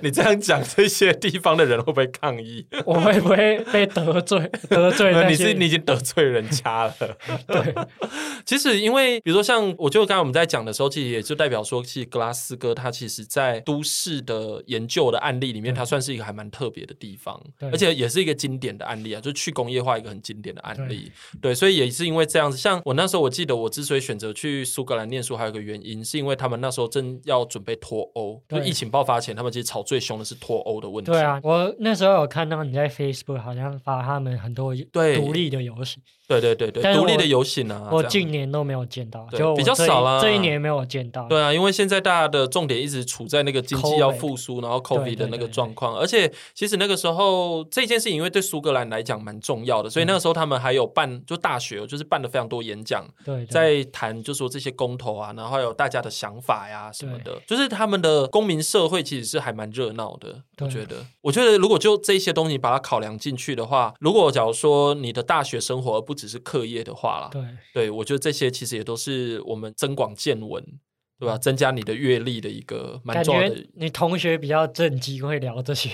你这样讲，这些地方的人会不会抗议？
我会不会被得罪？得罪那
你
些
是你已经得罪人家了。
对
其实，因为比如说像，我就刚才我们在讲的时候，其实也就代表说，其实格拉斯哥它其实在都市的研究的案例里面，它算是一个还蛮特别的地方，
对
而且也是一个经典的案例啊，就是去工业化一个很经典的案例。对，所以也是因为这样子，像我那时候我记得我之所以选择去苏格兰念书，还有一个原因是因为他们那时候正要准备脱欧，就
对
疫情爆发前，他们其实吵最凶的是脱欧的问题。
对啊，我那时候有看到你在 Facebook 好像发他们很多
对
独立的游戏，
对对对对
但是
独
我
立的游行啊，
我
这样
近年都没有见到，
对
就我
比较
这一
少啦
这一年没有见到。
对啊，因为现在大家的重点一直处在那个经济
COVID
要复苏，然后 COVID
对对
的那个状况，而且其实那个时候这件事情，因为对苏格兰来讲蛮重要的，所以那
嗯
个时候他们还有办，就大学哦就是办了非常多演讲，
对，对
在谈就说这些公投啊，然后还有大家的想法呀、什么的，就是他们的公民社会其实是还蛮热闹的。
对
我觉得，我觉得如果就这些东西把它考量进去的话，如果假如说你的大学生活而不只是课业的话啦，
对
对，我觉得这些其实也都是我们增广见闻，对吧？增加你的阅历的一个蛮
嗯感
重要
觉
的。
你同学比较正经，会聊这些。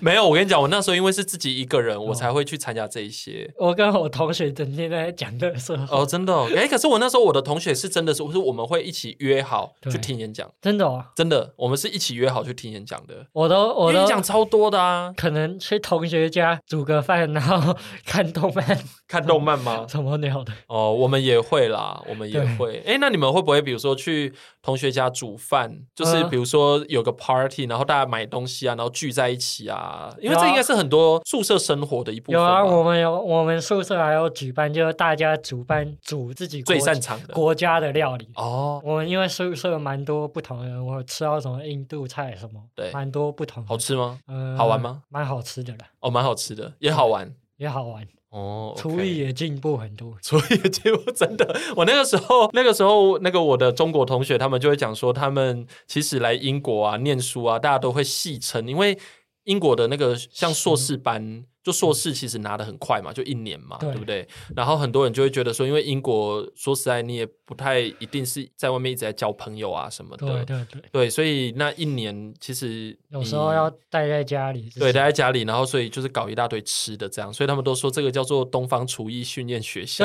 没有，我跟你讲，我那时候因为是自己一个
嗯
人，我才会去参加这一些。
我跟我同学整天在讲乐色话，
哦，真的、哦，哎，可是我那时候我的同学是真的是，是我们会一起约好
对
去听演讲，
真的、哦，
真的，我们是一起约好去听演讲的，
我都我
因为
都
演讲超多的啊，
可能去同学家煮个饭，然后看动漫
看动漫吗？
什么鸟的。
哦，我们也会啦，我们也
对
会。哎，那你们会不会比如说去同学家煮饭，就是
嗯
比如说有个 party，然后大家买东西啊，然后聚在一起啊？因为
有啊
这应该是很多宿舍生活的一部分
有啊，
吧
我们有我们宿舍还有举办，就是大家主办煮自己国
最擅长的
国家的料理。
哦，
我们因为宿舍蛮多不同的人，我有吃到什么印度菜什么，
对
蛮多不同的。
好吃吗？
呃
好玩吗？
蛮好吃的啦，
哦，蛮好吃的，也好玩
也好玩，
哦。
厨艺也进步很多。
所以结果真的，我那个时候，那个时候，那个我的中国同学，他们就会讲说，他们其实来英国啊念书啊，大家都会戏称，因为英国的那个像硕士班，就硕士其实拿的很快嘛，就一年嘛，
嗯对
对不对？然后很多人就会觉得说，因为英国说实在，你也不太一定是在外面一直在交朋友啊什么的，
对对对，
对所以那一年其实
有
你
时候要待在家里。
对，待在家里，然后所以就是搞一大堆吃的这样，所以他们都说这个叫做东方厨艺训练学校，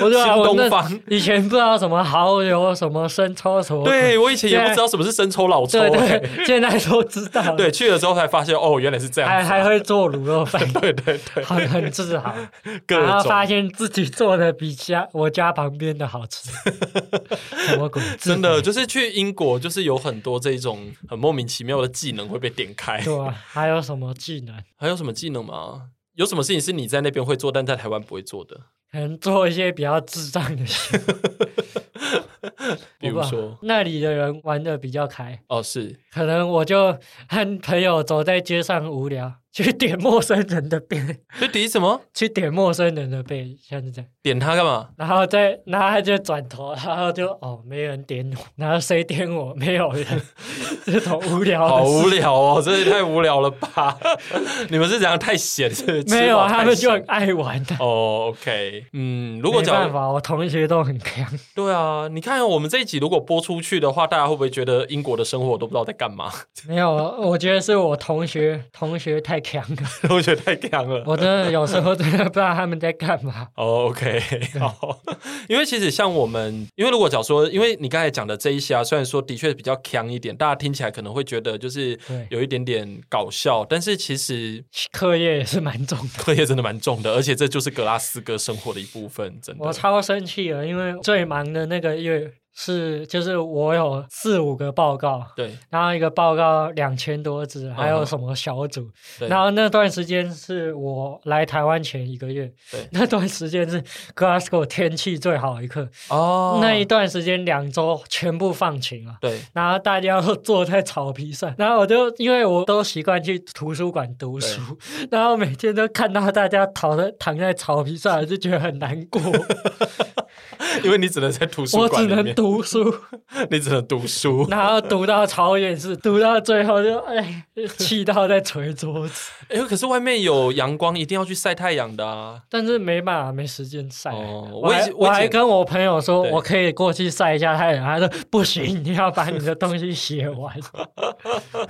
我对啊，
新
我
东
那
方。
以前不知道什么蚝油、什么生抽什么 鬼，
对我以前也不
现在
知道什么是生抽老抽、
对
欸，
对，现在都知道 了。
对，去了之后才发现哦，原来是这样
还
子，
还会做卤肉饭，
对对对，
很很自豪。
各
然后
种
发现自己做的比家我家旁边的好 吃，什么鬼？
真的就是去英国，就是有很多这种很莫名其妙的技能会被点开。
对啊，还有什么技能？
还有什么技能吗？有什么事情是你在那边会做，但在台湾不会做的？
可能做一些比较智障的事，
比如
我不知道
说，
那里的人玩的比较开，
哦，是
可能我就和朋友走在街上无聊，去点陌生人的背，
就点什么？
去点陌生人的背，像是这样，
点它干嘛？
然后再然后他就转头，然后就哦没人点我，然后谁点我没有 人，这种无聊
好
的事
无聊哦，真的太无聊了吧？ 你们是怎样太闲？是不是
没
吃
有，
饱
啊，
太
他们就很
闲
爱玩的。
哦，OK，嗯，如
如
果
没
假如
办法，我同学都很强。
对啊，你看我们这一集如果播出去的话，大家会不会觉得英国的生活我都不知道在干嘛？
没有，我觉得是我同学同学太强了，
我觉得太强了。
我真的有时候真的不知道他们在干嘛。
哦、o k 好， 因为其实像我们，因为如果假如说，因为你刚才讲的这一些啊，虽然说的确比较强一点，大家听起来可能会觉得就是
对
有一点点搞笑，但是其实
课业也是蛮重的，
课业真的蛮重的，而且这就是格拉斯哥生活的一部分，真
我
的。
超生气了，因为最忙的那个月是就是我有四五个报告。
对
然后一个报告两千多字，还有
嗯
什么小组？
对，
然后那段时间是我来台湾前一个月
对，
那段时间是 Glasgow 天气最好一刻，
哦，
那一段时间两周全部放晴啊，
对
然后大家都坐在草皮上，然后我就因为我都习惯去图书馆读书， 然后每天都看到大家躺在躺在草皮上，我就觉得很难 过。
因为你只能在图书
我只
馆里
能
面，
读书，
你只能读书。
然后读到超远是读到最后就哎气到在捶桌子，
哎、可是外面有阳光，一定要去晒太阳的啊。
但是没办法，没时间晒。
哦
我
我以
还
前我
我
以
还
前
跟我朋友说，
对
我可以过去晒一下太阳，他说不行，你要把你的东西 写完。
哦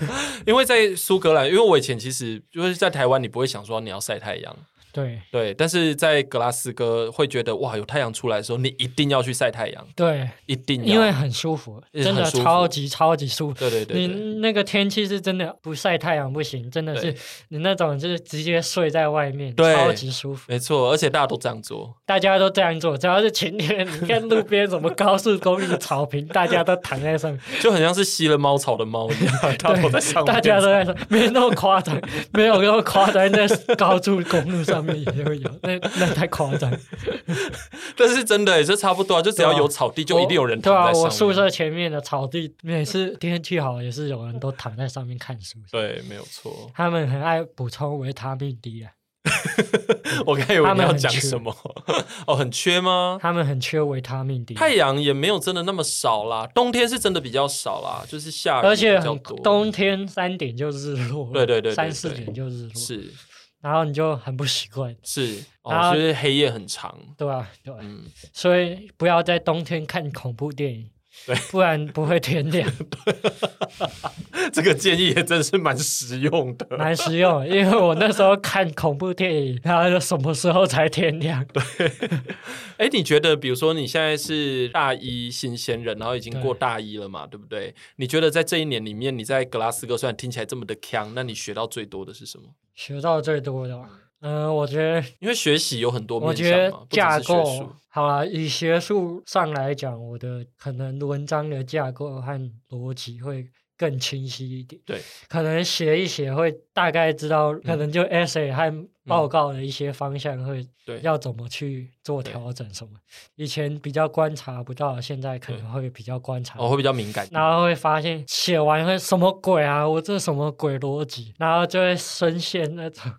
因为在苏格兰，因为我以前其实就是在台湾，你不会想说你要晒太阳，
对
对，但是在格拉斯哥会觉得哇，有太阳出来的时候，你一定要去晒太阳，
对，
一定要，
因为很舒服，
也
真的
很舒服
超级超级舒服。
对对对对，
你那个天气是真的不晒太阳不行，真的是
对
你那种就是直接睡在外面，
对
超级舒服。
没错，而且大家都这样做，
大家都这样做，只要是晴天，你看路边什么高速公路草坪，大家都躺在上面，
就很像是吸了猫草的猫一 样，大家都在上面，
大家都在上，没那么夸 张，没有那么夸张，在高速公路上面也会有，那那太夸张。
但是真的也就差不多啊，就只要有草地， 就一定有人
对
躺
啊，
在上
我
面。
宿舍前面的草地，每次天气好也是有人都躺在上面看书。
对，没有错。
他们很爱补充维他命 D 啊，
我刚以为
他
你
们
要
很
讲
缺
什么， 哦，很缺吗？
他们很缺维他命 D，
太阳也没有真的那么少啦，冬天是真的比较少啦，就是下雨
而且
比较
很
多
冬天三点就日落了，
对对对对
三四
对
点就日落，
是
然后你就很不习惯，
是
然
哦，
后
就是黑夜很长，
对吧？对吧，
嗯，
所以不要在冬天看恐怖电影
对，
不然不会天亮，
这个建议也真是蛮实用的。
蛮实用的。因为我那时候看恐怖电影，然后就什么时候才天亮？
哎，你觉得，比如说你现在是大一新鲜人，然后已经过大一了嘛，对不对？你觉得在这一年里面，你在格拉斯哥虽然听起来这么的强，那你学到最多的是什么？
学到最多的吧，嗯、我觉得
因为学习有很多
我
面
觉
向
得
嘛，啊不只
架
是学
构
术。
好啦，以学术上来讲，我的可能文章的架构和逻辑会更清晰一点。
对，
可能写一写会大概知道，可能就 essay 和报告的一些方向会
对
要怎么去做调整什么。以前比较观察不到，现在可能会比较观察
哦，会比较敏感。
然后会发现写完会什么鬼啊，我这什么鬼逻辑，然后就会深陷那种，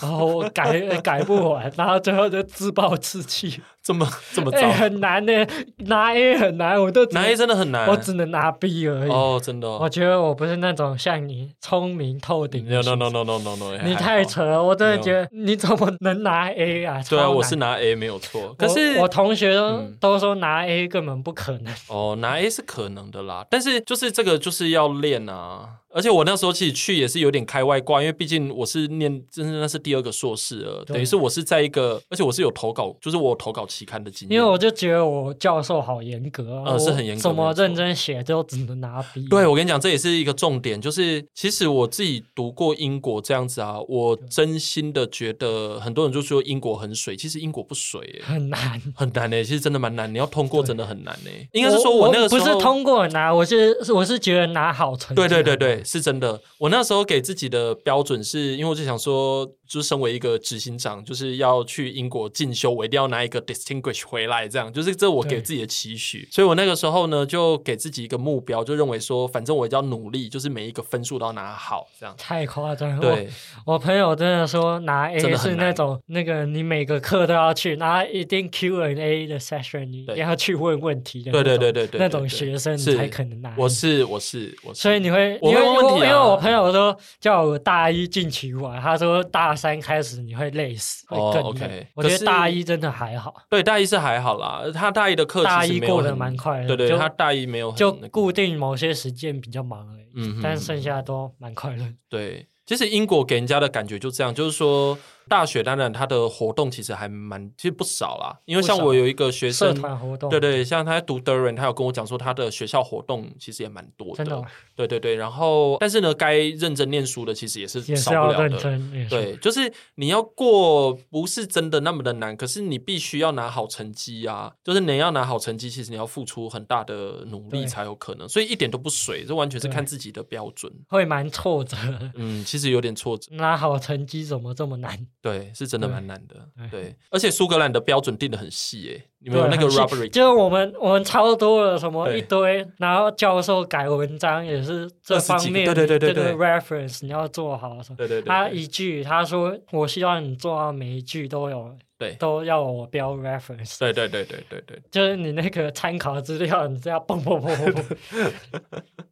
然后我改改不完，然后最后就自暴 自弃。
这么这么
哎、
糟，
很难呢、拿 A 很难，我都只能
拿 A 真的很难。
我只能拿 B 而已。
哦，真的哦。
我觉得我不是那种像你聪明透顶的
No
学生
no no no no no no，哎还
你太
好。
扯了，我真的
没有
觉得你怎么能拿 A 啊？
对啊，
超
我
难
是拿 A 没有错，
我
可是
我同学都、
嗯
都说拿 A 根本不可能。
哦，拿 A 是可能的啦，但是就是这个就是要练啊。而且我那时候其实去也是有点开外挂，因为毕竟我是念，真是那是第二个硕士了，
对
等于是我是在一个，而且我是有投稿，就是我有投稿期刊的经验。
因为我就觉得我教授好严格啊，
呃是
我
很严格
怎
没
么
有错
认真写都只能拿 B。
对，我跟你讲，这也是一个重点，就是其实我自己读过英国这样子啊，我真心的觉得很多人就说英国很水，其实英国不水、欸，
很难。
很难欸诶、其实真的蛮难，你要通过真的很难诶、欸应
应
该是说我那个时
不
候
是通过拿，我是我是觉得拿好成绩。
对对对对，，是真的。我那时候给自己的标准是，因为我就想说，就是身为一个执行长，就是要去英国进修，我一定要拿一个 distinguish 回来，这样就是这我给
对
自己的期许。所以我那个时候呢，就给自己一个目标，就认为说，反正我要努力，就是每一个分数都要拿好，这样。
太夸张了。
对，
我，我朋友真的说拿 A
真的很
是
难
那种那个你每个课都要去，然后一定 Q&A 的 session 你一定
对
要去问问题的那
对
种，
对对对对，
那
对
种
对
学生你
是
才可能拿 A。
我是我是我是，
所以你会，
我
因
会
为
问问题啊
因为我朋友都叫我大一进去玩，他说大三开始你会累死，会
哦
更累。
，OK
我觉
可是
得大一真的还好，
对大一是还好啦，他大一的课
大
其实
一
没有
过得
很
蛮快的
对对，
就
他大一没有很
就
那个
固定某些时间比较忙而已，
嗯哼
但剩下都蛮快乐。
对，其实英国给人家的感觉就这样，就是说大学当然它的活动其实还蛮其实不少啦，因为像
不少啊
我有一个学
社
生。
团活动，
对对，像他在读 Durham，他有跟我讲说他的学校活动其实也蛮多的。
真的哦
对对对，然后但是呢，该认真念书的其实也是
也
少
是
不
要
了
认
的。
真，也是
对，就是你要过不是真的那么的难，可是你必须要拿好成绩啊！就是你要拿好成绩，其实你要付出很大的努力
对
才有可能，所以一点都不水，这完全是
对
看自己的标准。
会蛮挫折的。
嗯，其实有点挫折。
拿好成绩怎么这么难？
对，是真的
对
蛮难的。
对
对，而且苏格兰的标准定的很细耶、你们有
对
那个
很细
rubbery，
就是我们我们超多了什么
对
一堆，然后教授改文章也是这
20
方
几个
面，
对对对对
这个
对
reference 你要做好什么。
对对对
他
对
一句他说：“我希望你做到每一句都有
对
都要我标 reference，
对对对对对对，
就是你那个参考资料，你这样蹦蹦蹦 蹦蹦，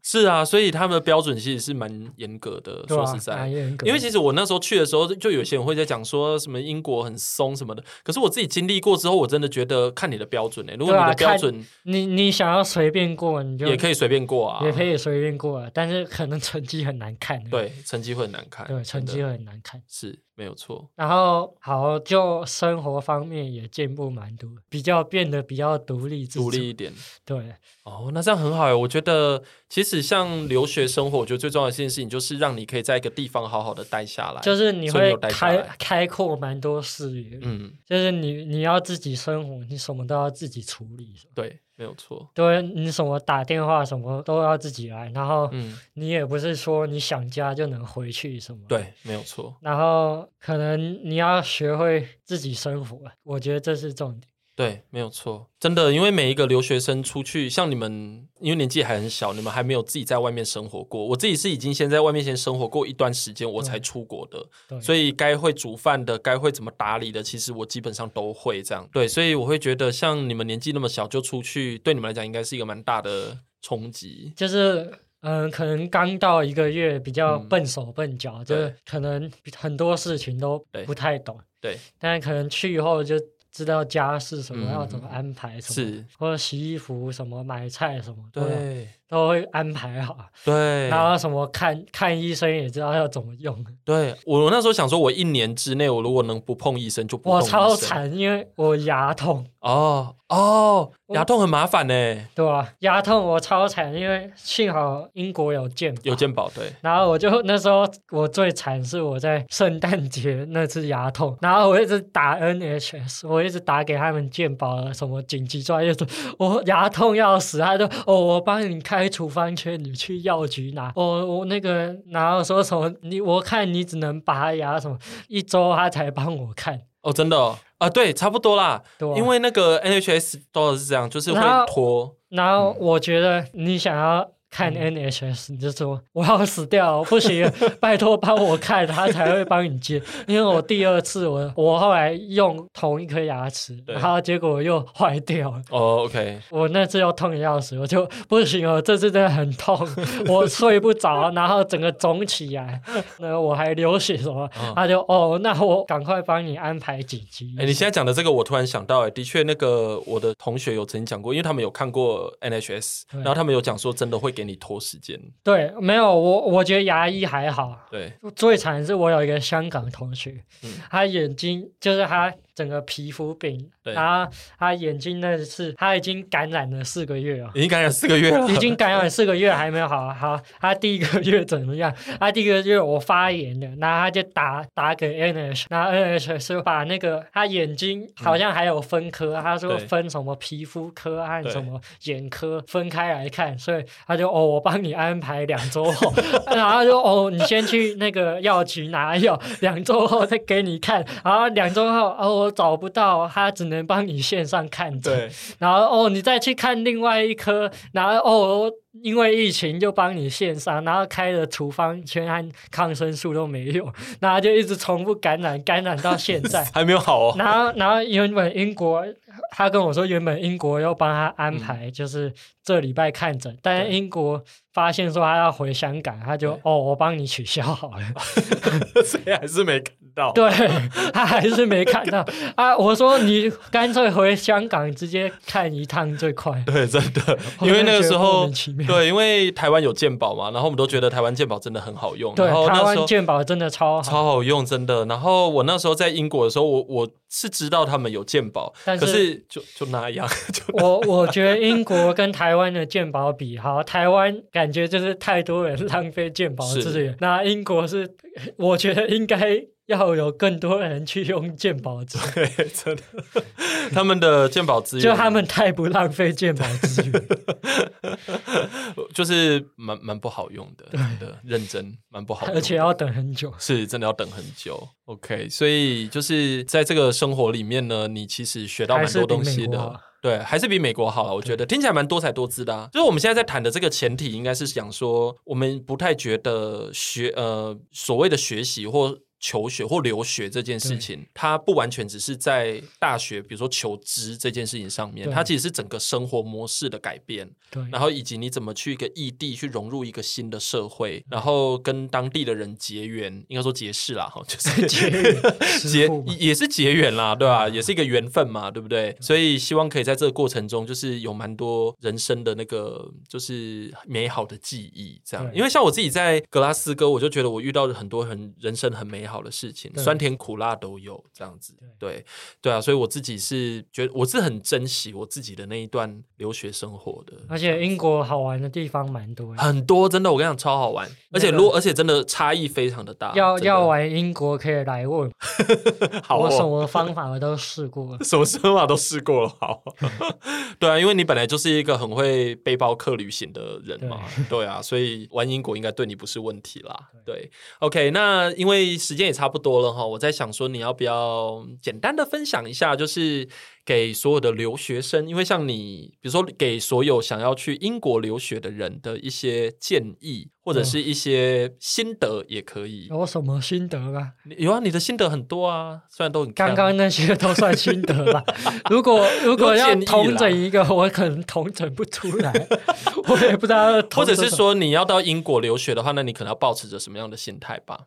是啊，所以他们的标准其实是蛮严格的。
对吧啊
说实？在
蛮，严格
因为其实我那时候去的时候，就有些人会在讲说什么英国很松什么的，可是我自己经历过之后，我真的觉得看你的标准呢、如果
对
你
啊
的标
看
准
你你想要随便过，你就
也可
以
以随便过啊，
也可以随便过，但是可能成绩很难看。
对，成绩会很难看，
对，成
真的
绩会很难看。
是。没有错。
然后好，就生活方面也进步蛮多，比较变得比较独立自主
独立一点
对，
哦，那这样很好哎。我觉得其实像留学生活，我觉得最重要的一件事情就是让你可以在一个地方好好的待下来。
就是你
所以你
会
有带下
开
来
开阔蛮多视野，
嗯，
就是你你要自己生活，你什么都要自己处理，
对，没有错。
对，你什么打电话什么都要自己来，然后
嗯，
你也不是说你想家就能回去什么，，
对，没有错。
然后可能你要学会自己生活，我觉得这是重点。
对，没有错，真的，因为每一个留学生出去，像你们，因为年纪还很小，你们还没有自己在外面生活过。我自己是已经先在外面先生活过一段时间，我才出国的，
对，
所以该会煮饭的，该会怎么打理的，其实我基本上都会这样。对，所以我会觉得，像你们年纪那么小就出去，对你们来讲应该是一个蛮大的冲击。
就是嗯，可能刚到一个月，比较笨手笨脚，就是
嗯对
可能很多事情都
对
不太懂，
对，
但可能去以后就知道家事什么、
嗯
要怎么安排什么。
是，
或者洗衣服什么、买菜什么，都
对，
都会安排好。
对，
啊然后什么看看医生也知道要怎么用。
对我那时候想说，我一年之内，我如果能不碰医生就不碰
我
医生。
超惨，因为我牙痛，
哦哦，
我
牙痛很麻烦呢、欸
对吧、牙痛我超惨，因为幸好英国有健保
有健保对。
然后我就那时候我最惨是我在圣诞节那次牙痛，然后我一直打 NHS，我一直打给他们健保的什么紧急专业说，我牙痛要死，他就哦我帮你开处方签，你去药局拿，哦我那个然后说什么你我看你只能拔牙什么，一周他才帮我看，
哦，真的哦啊，对，差不多啦，
对吧、
因为那个 NHS 都是这样，就是
然后
会拖，
然
嗯
后我觉得你想要看 NHS，你就说我要死掉了，不行，拜托帮我看，他才会帮你接。 因为我第二次我我后来用同一颗牙齿，
对
然后结果又坏掉了。
哦，OK，
我那次又痛的要死，我就不行了，这次真的很 痛，我睡不着，然后整个肿起来，那我还流血什么
嗯，
他就哦，那我赶快帮你安排紧急。
哎、你现在讲的这个，我突然想到、哎，的确，那个我的同学有曾经讲过，因为他们有看过 NHS，
对
然后他们有讲说，真的会给你拖时间，
对，没有我，我觉得牙医还好，啊
对，
最惨的是我有一个香港同学，
嗯
他眼睛就是他整个皮肤病，
对
然后他眼睛那次他已经感染了四个月了。
已经感染四个月了，
已经感染了四个月还没有好啊，好，他第一个月怎么样？他第一个月我发炎了，然后他就打打给 NH，然后 NH 是把那个他眼睛好像还有分科，他说
对
分什么皮肤科和
对
什么眼科分开来看，所以他就哦，我帮你安排两周后， 然后就哦，你先去那个药局拿药，两周后再给你看，然后两周后哦，我找不到，他只能帮你线上看诊。
对，
然后哦，你再去看另外一科，然后哦，因为疫情就帮你线上，然后开了处方全和抗生素都没用，然后就一直重复感染，感染到
。
现在
还没有好哦，
然后，然后原本英国，他跟我说原本英国要帮他安排，就是这礼拜看诊，但是
对
英国发现说他要回香港，他就
对
哦，我帮你取消好了。
所以还是没看到，
对他还是没看到啊！我说你干脆回香港直接看一趟最快。
对，真的，
我
因为
真的
那个
觉
时
得莫
候
名其，妙
对，因为台湾有健保嘛，然后我们都觉得台湾健保真的很好用，
对
然后，
台
那时
湾
候。
健保真的超好，
超好用，真的。然后我那时候在英国的时候，我我是知道他们有健保，
但
可
是
是就就那样， 就
我我觉得英国跟台湾的健保比，好， 台湾感觉就是太多人浪费健保资源，那英国是， 我觉得应该要有更多人去用健保资源，
对，真的，他们的健保资源
就他们太不浪费健保资 源。
就是蛮蛮不好用的，真的认真蛮不好用的，
而且要等很久。
是真的要等很久。OK，所以就是在这个生活里面呢，你其实学到蛮多东
还是比
西
美国好
的。对，还是比美国好了，我觉得听起来蛮多彩多姿的、啊。就是我们现在在谈的这个前提，应该是想说，我们不太觉得学呃所谓的学习或求学或留学这件事情，它不完全只是在大学，比如说求知这件事情上面，
对
它其实是整个生活模式的改变。
对，
然后以及你怎么去一个异地去融入一个新的社会，然后跟当地的人结缘，应该说结识啦，哈，就是
结缘
结
师傅嘛啊
也也是结缘啦，对吧、也是一个缘分嘛，对不对？所以希望可以在这个过程中，就是有蛮多人生的那个就是美好的记忆，这样。
对
因为像我自己在格拉斯哥，我就觉得我遇到了很多很人生很美好的事情，
对
酸甜苦辣都有这样子。对对啊，所以我自己是觉得我是很珍惜我自己的那一段留学生活的，
而且英国好玩的地方蛮多的，
很多真的我跟你讲超好玩，而且
那个
如果而且真的差异非常的大。
要
真的
要玩英国可以来问，
好
我什
哦。
么方法我都试过
。什么方法都试过了，好， 对啊，因为你本来就是一个很会背包客旅行的人嘛，对啊，所以玩英国应该对你不是问题啦。对，OK，那因为时间也差不多了哈，我在想说你要不要简单的分享一下，就是给所有的留学生，因为像你，比如说给所有想要去英国留学的人的一些建议，或者是一些心得也可以。
有什么心得吗？
你有啊，你的心得很多啊，虽然都很
刚
呛
刚那些都算心得 吧。如果如果要
建议啦
统整一个，我可能统整不出来， 我也不知道
或
要统
者
整什么。
是说你要到英国留学的话，那你可能要保持着什么样的心态吧？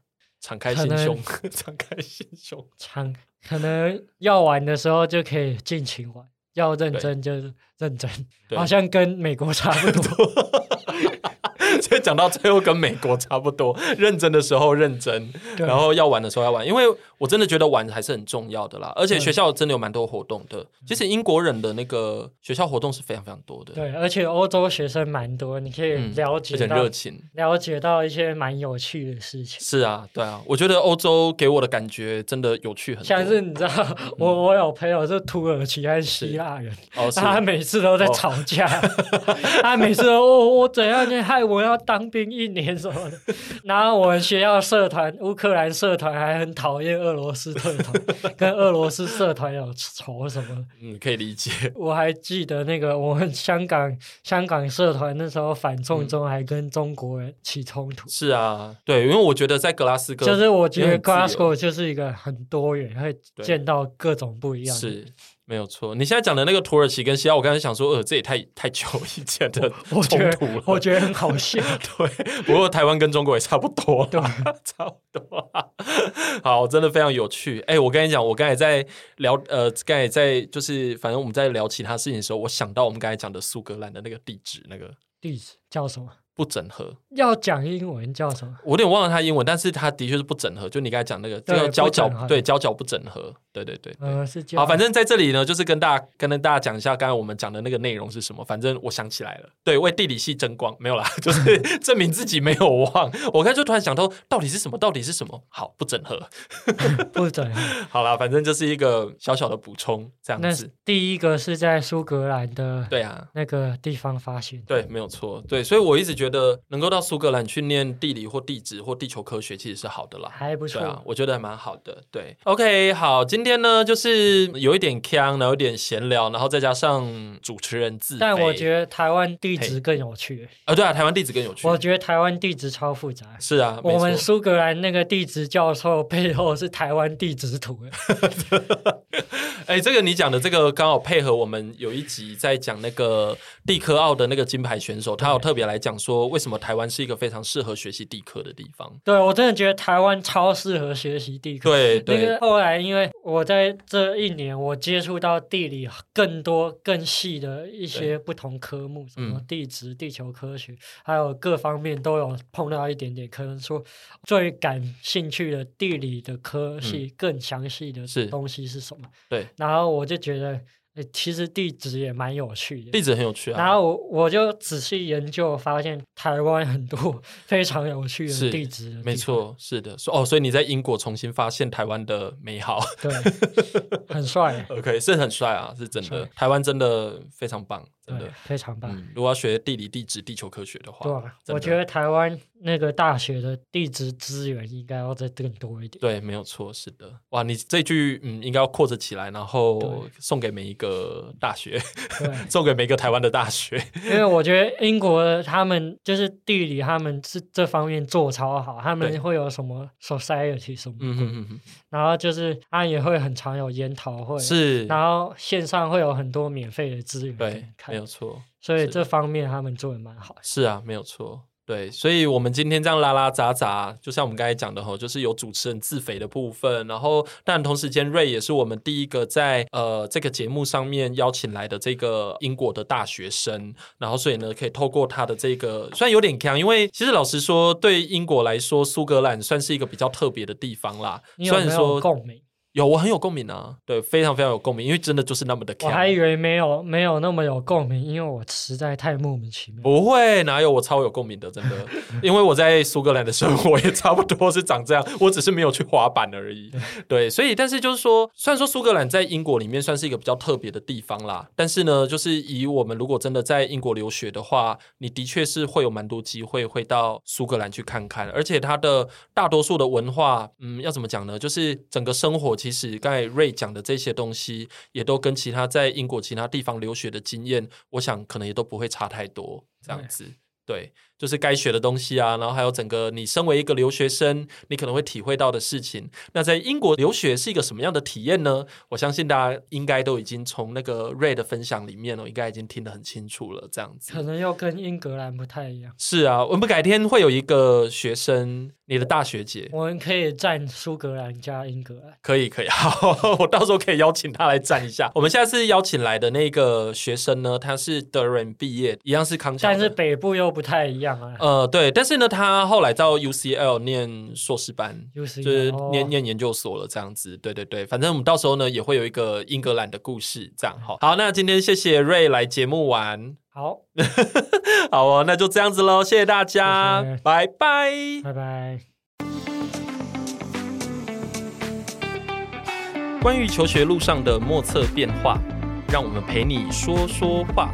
敞开心胸， 敞开心胸。
长，可能要玩的时候就可以尽情玩，要认真就认真，
对
好像跟美国差不 多。
所以讲到最后跟美国差不多，认真的时候认真，
对
然后要玩的时候要玩，因为我真的觉得玩还是很重要的啦。而且学校真的有蛮多活动的，其实英国人的那个学校活动是非常非常多的，
嗯对，而且欧洲学生蛮多，你可以
嗯，
了
而
解
且很
到、
热情。
了解到一些蛮有趣的事情。
是啊，对啊，我觉得欧洲给我的感觉真的有趣很多。
像是你知道，我我有朋友是土耳其和希腊人，
哦，是 哦
他每次都在吵架， 他每次都我我怎样，你害我要当兵一年什么的。然后我们学校社团乌克兰社团还很讨厌俄罗斯社 团，跟俄罗斯社团有仇什么的。
嗯，可以理解。
我还记得那个我们香港香港社团那时候反送中还跟中国人起冲突。
是啊，对，因为我觉得在格拉斯哥
就是我觉
也
得
很自由
Glasgow 就是一个很多元，会
对
见到各种不一样的
是没有错。你现在讲的那个土耳其跟西亚，我刚才想说，呃，这也太太久以前的
我
冲
觉
突
得
了。
我觉得很好笑。
对，不过台湾跟中国也差不多，啊
对，
差不多啦。好，真的非常有趣。哎、我跟你讲，我刚才在聊，呃，刚才在就是，反正我们在聊其他事情的时候，我想到我们刚才讲的苏格兰的那个地址，那个
地址叫什么？
不整合，
要讲英文叫什么？
我有点忘了它英文，但是它的确是不整合，就你刚才讲那个
对
叫交
不整
角，
合
对，交角不整合，对对对对
呃，是叫
好，反正在这里呢，就是跟大家跟大家讲一下，刚才我们讲的那个内容是什么。反正我想起来了，对，为地理系争光，没有啦， 就是证明自己没有忘。我刚才就突然想到，到底是什么？到底是什么？好，不整合。
不 准。
好啦，反正就是一个小小的补充，这样
那
子。
第一个是在苏格兰的
对啊，
那个地方发现，
对，没有错。对，所以我一直觉得能够到苏格兰去念地理或地质或地球科学，其实是好的啦。
还不错。
对啊，我觉得还蛮好的。对，OK，好，今天呢就是有一点腔，然后有点闲聊，然后再加上主持人自
但我
肥
觉得台湾地址更有趣，
啊、对啊，台湾地址更有趣。
我觉得台湾地址超复杂。
是啊，没
我们
错
苏格兰那个地质教授背后是台湾地质图，
哎、这个你讲的这个刚好配合我们有一集在讲那个地科奥的那个金牌选手，他有特别来讲说为什么台湾是一个非常适合学习地科的地方。
对我真的觉得台湾超适合学习地科。
对
那
对
个后来，因为我在这一年，我接触到地理更多、更细的一些不同科目，什么
嗯
地质、地球科学，还有各方面都有碰到一点点。可能说最感兴趣的地理的科系，更详细的
嗯是
东西是什么？
对，
然后我就觉得，诶其实地质也蛮有趣的。
地址很有趣
然
啊。
后我我就仔细研究，发现台湾很多 非常有趣
是
的地质的地方，
没错，是的，所哦，所以你在英国重新发现台湾的美好
对，很帅，啊
，OK，是很帅啊，是真的，
帅
台湾真的非常棒，真
对
的，。
非常棒。
嗯，如果要学地理、地质、地球科学的话，
对啊，
真的
我觉得台湾那个大学的地质资源应该要再更多一点。
对，没有错，是的。哇，你这句嗯，应该要扩着起来，然后
对
送给每一个大学，
对，
送给每一个台湾的大学。
因为我觉得英国他们就是地理，他们是这方面做超好，他
对
们会有什么 society 什么，
嗯哼哼哼，
然后就是他也会很常有研讨会，，
是，
然后线上会有很多免费的资源可以
对，没有
看，
错，
所以
是
这方面他们做的蛮好的。
是啊，没有错。对，所以我们今天这样拉拉杂杂，就像我们刚才讲的吼，就是有主持人自肥的部分，然后但同时间瑞也是我们第一个在呃这个节目上面邀请来的这个英国的大学生，然后所以呢可以透过他的这个虽然有点强，因为其实老实说对英国来说苏格兰算是一个比较特别的地方啦，
你
虽
有
然
没
说
有共鸣？
有我很有共鸣啊，对，非常非常有共鸣，因为真的就是那么的
我
强。
还以为没有没有那么有共鸣，因为我实在太莫名其妙。
不会，哪有我超有共鸣的，真的，因为我在苏格兰的生活也差不多是长这样，我只是没有去滑板而已。 对，所以但是就是说，虽然说苏格兰在英国里面算是一个比较特别的地方啦，但是呢，就是以我们如果真的在英国留学的话，你的确是会有蛮多机会会到苏格兰去看看，而且它的大多数的文化，嗯，要怎么讲呢？就是整个生活，其实刚才瑞讲的这些东西，也都跟其他在英国其他地方留学的经验，我想可能也都不会差太多，这样子。对，就是该学的东西啊，然后还有整个你身为一个留学生，你可能会体会到的事情。那在英国留学是一个什么样的体验呢？我相信大家应该都已经从那个 Ray 的分享里面哦，应该已经听得很清楚了。这样子
可能又跟英格兰不太一样，
是啊，我们改天会有一个学生，你的大学姐，
我们可以站苏格兰加英格兰。
可以可以，好， 我到时候可以邀请他来站一下。我们下次邀请来的那个学生呢，他是德仁毕业，一样是康桥的，
但是北部又不太一样啊，
呃，对，但是呢，他后来到 UCL 念硕士班，
又是哦
就是念念研究所了，这样子。对对对，反正我们到时候呢也会有一个英格兰的故事，这样好。好，那今天谢谢瑞来节目玩，
好，
好哦，那就这样子喽，谢谢大家，
谢谢
拜拜。
拜拜。
关于求学路上的莫测变化，让我们陪你说说话。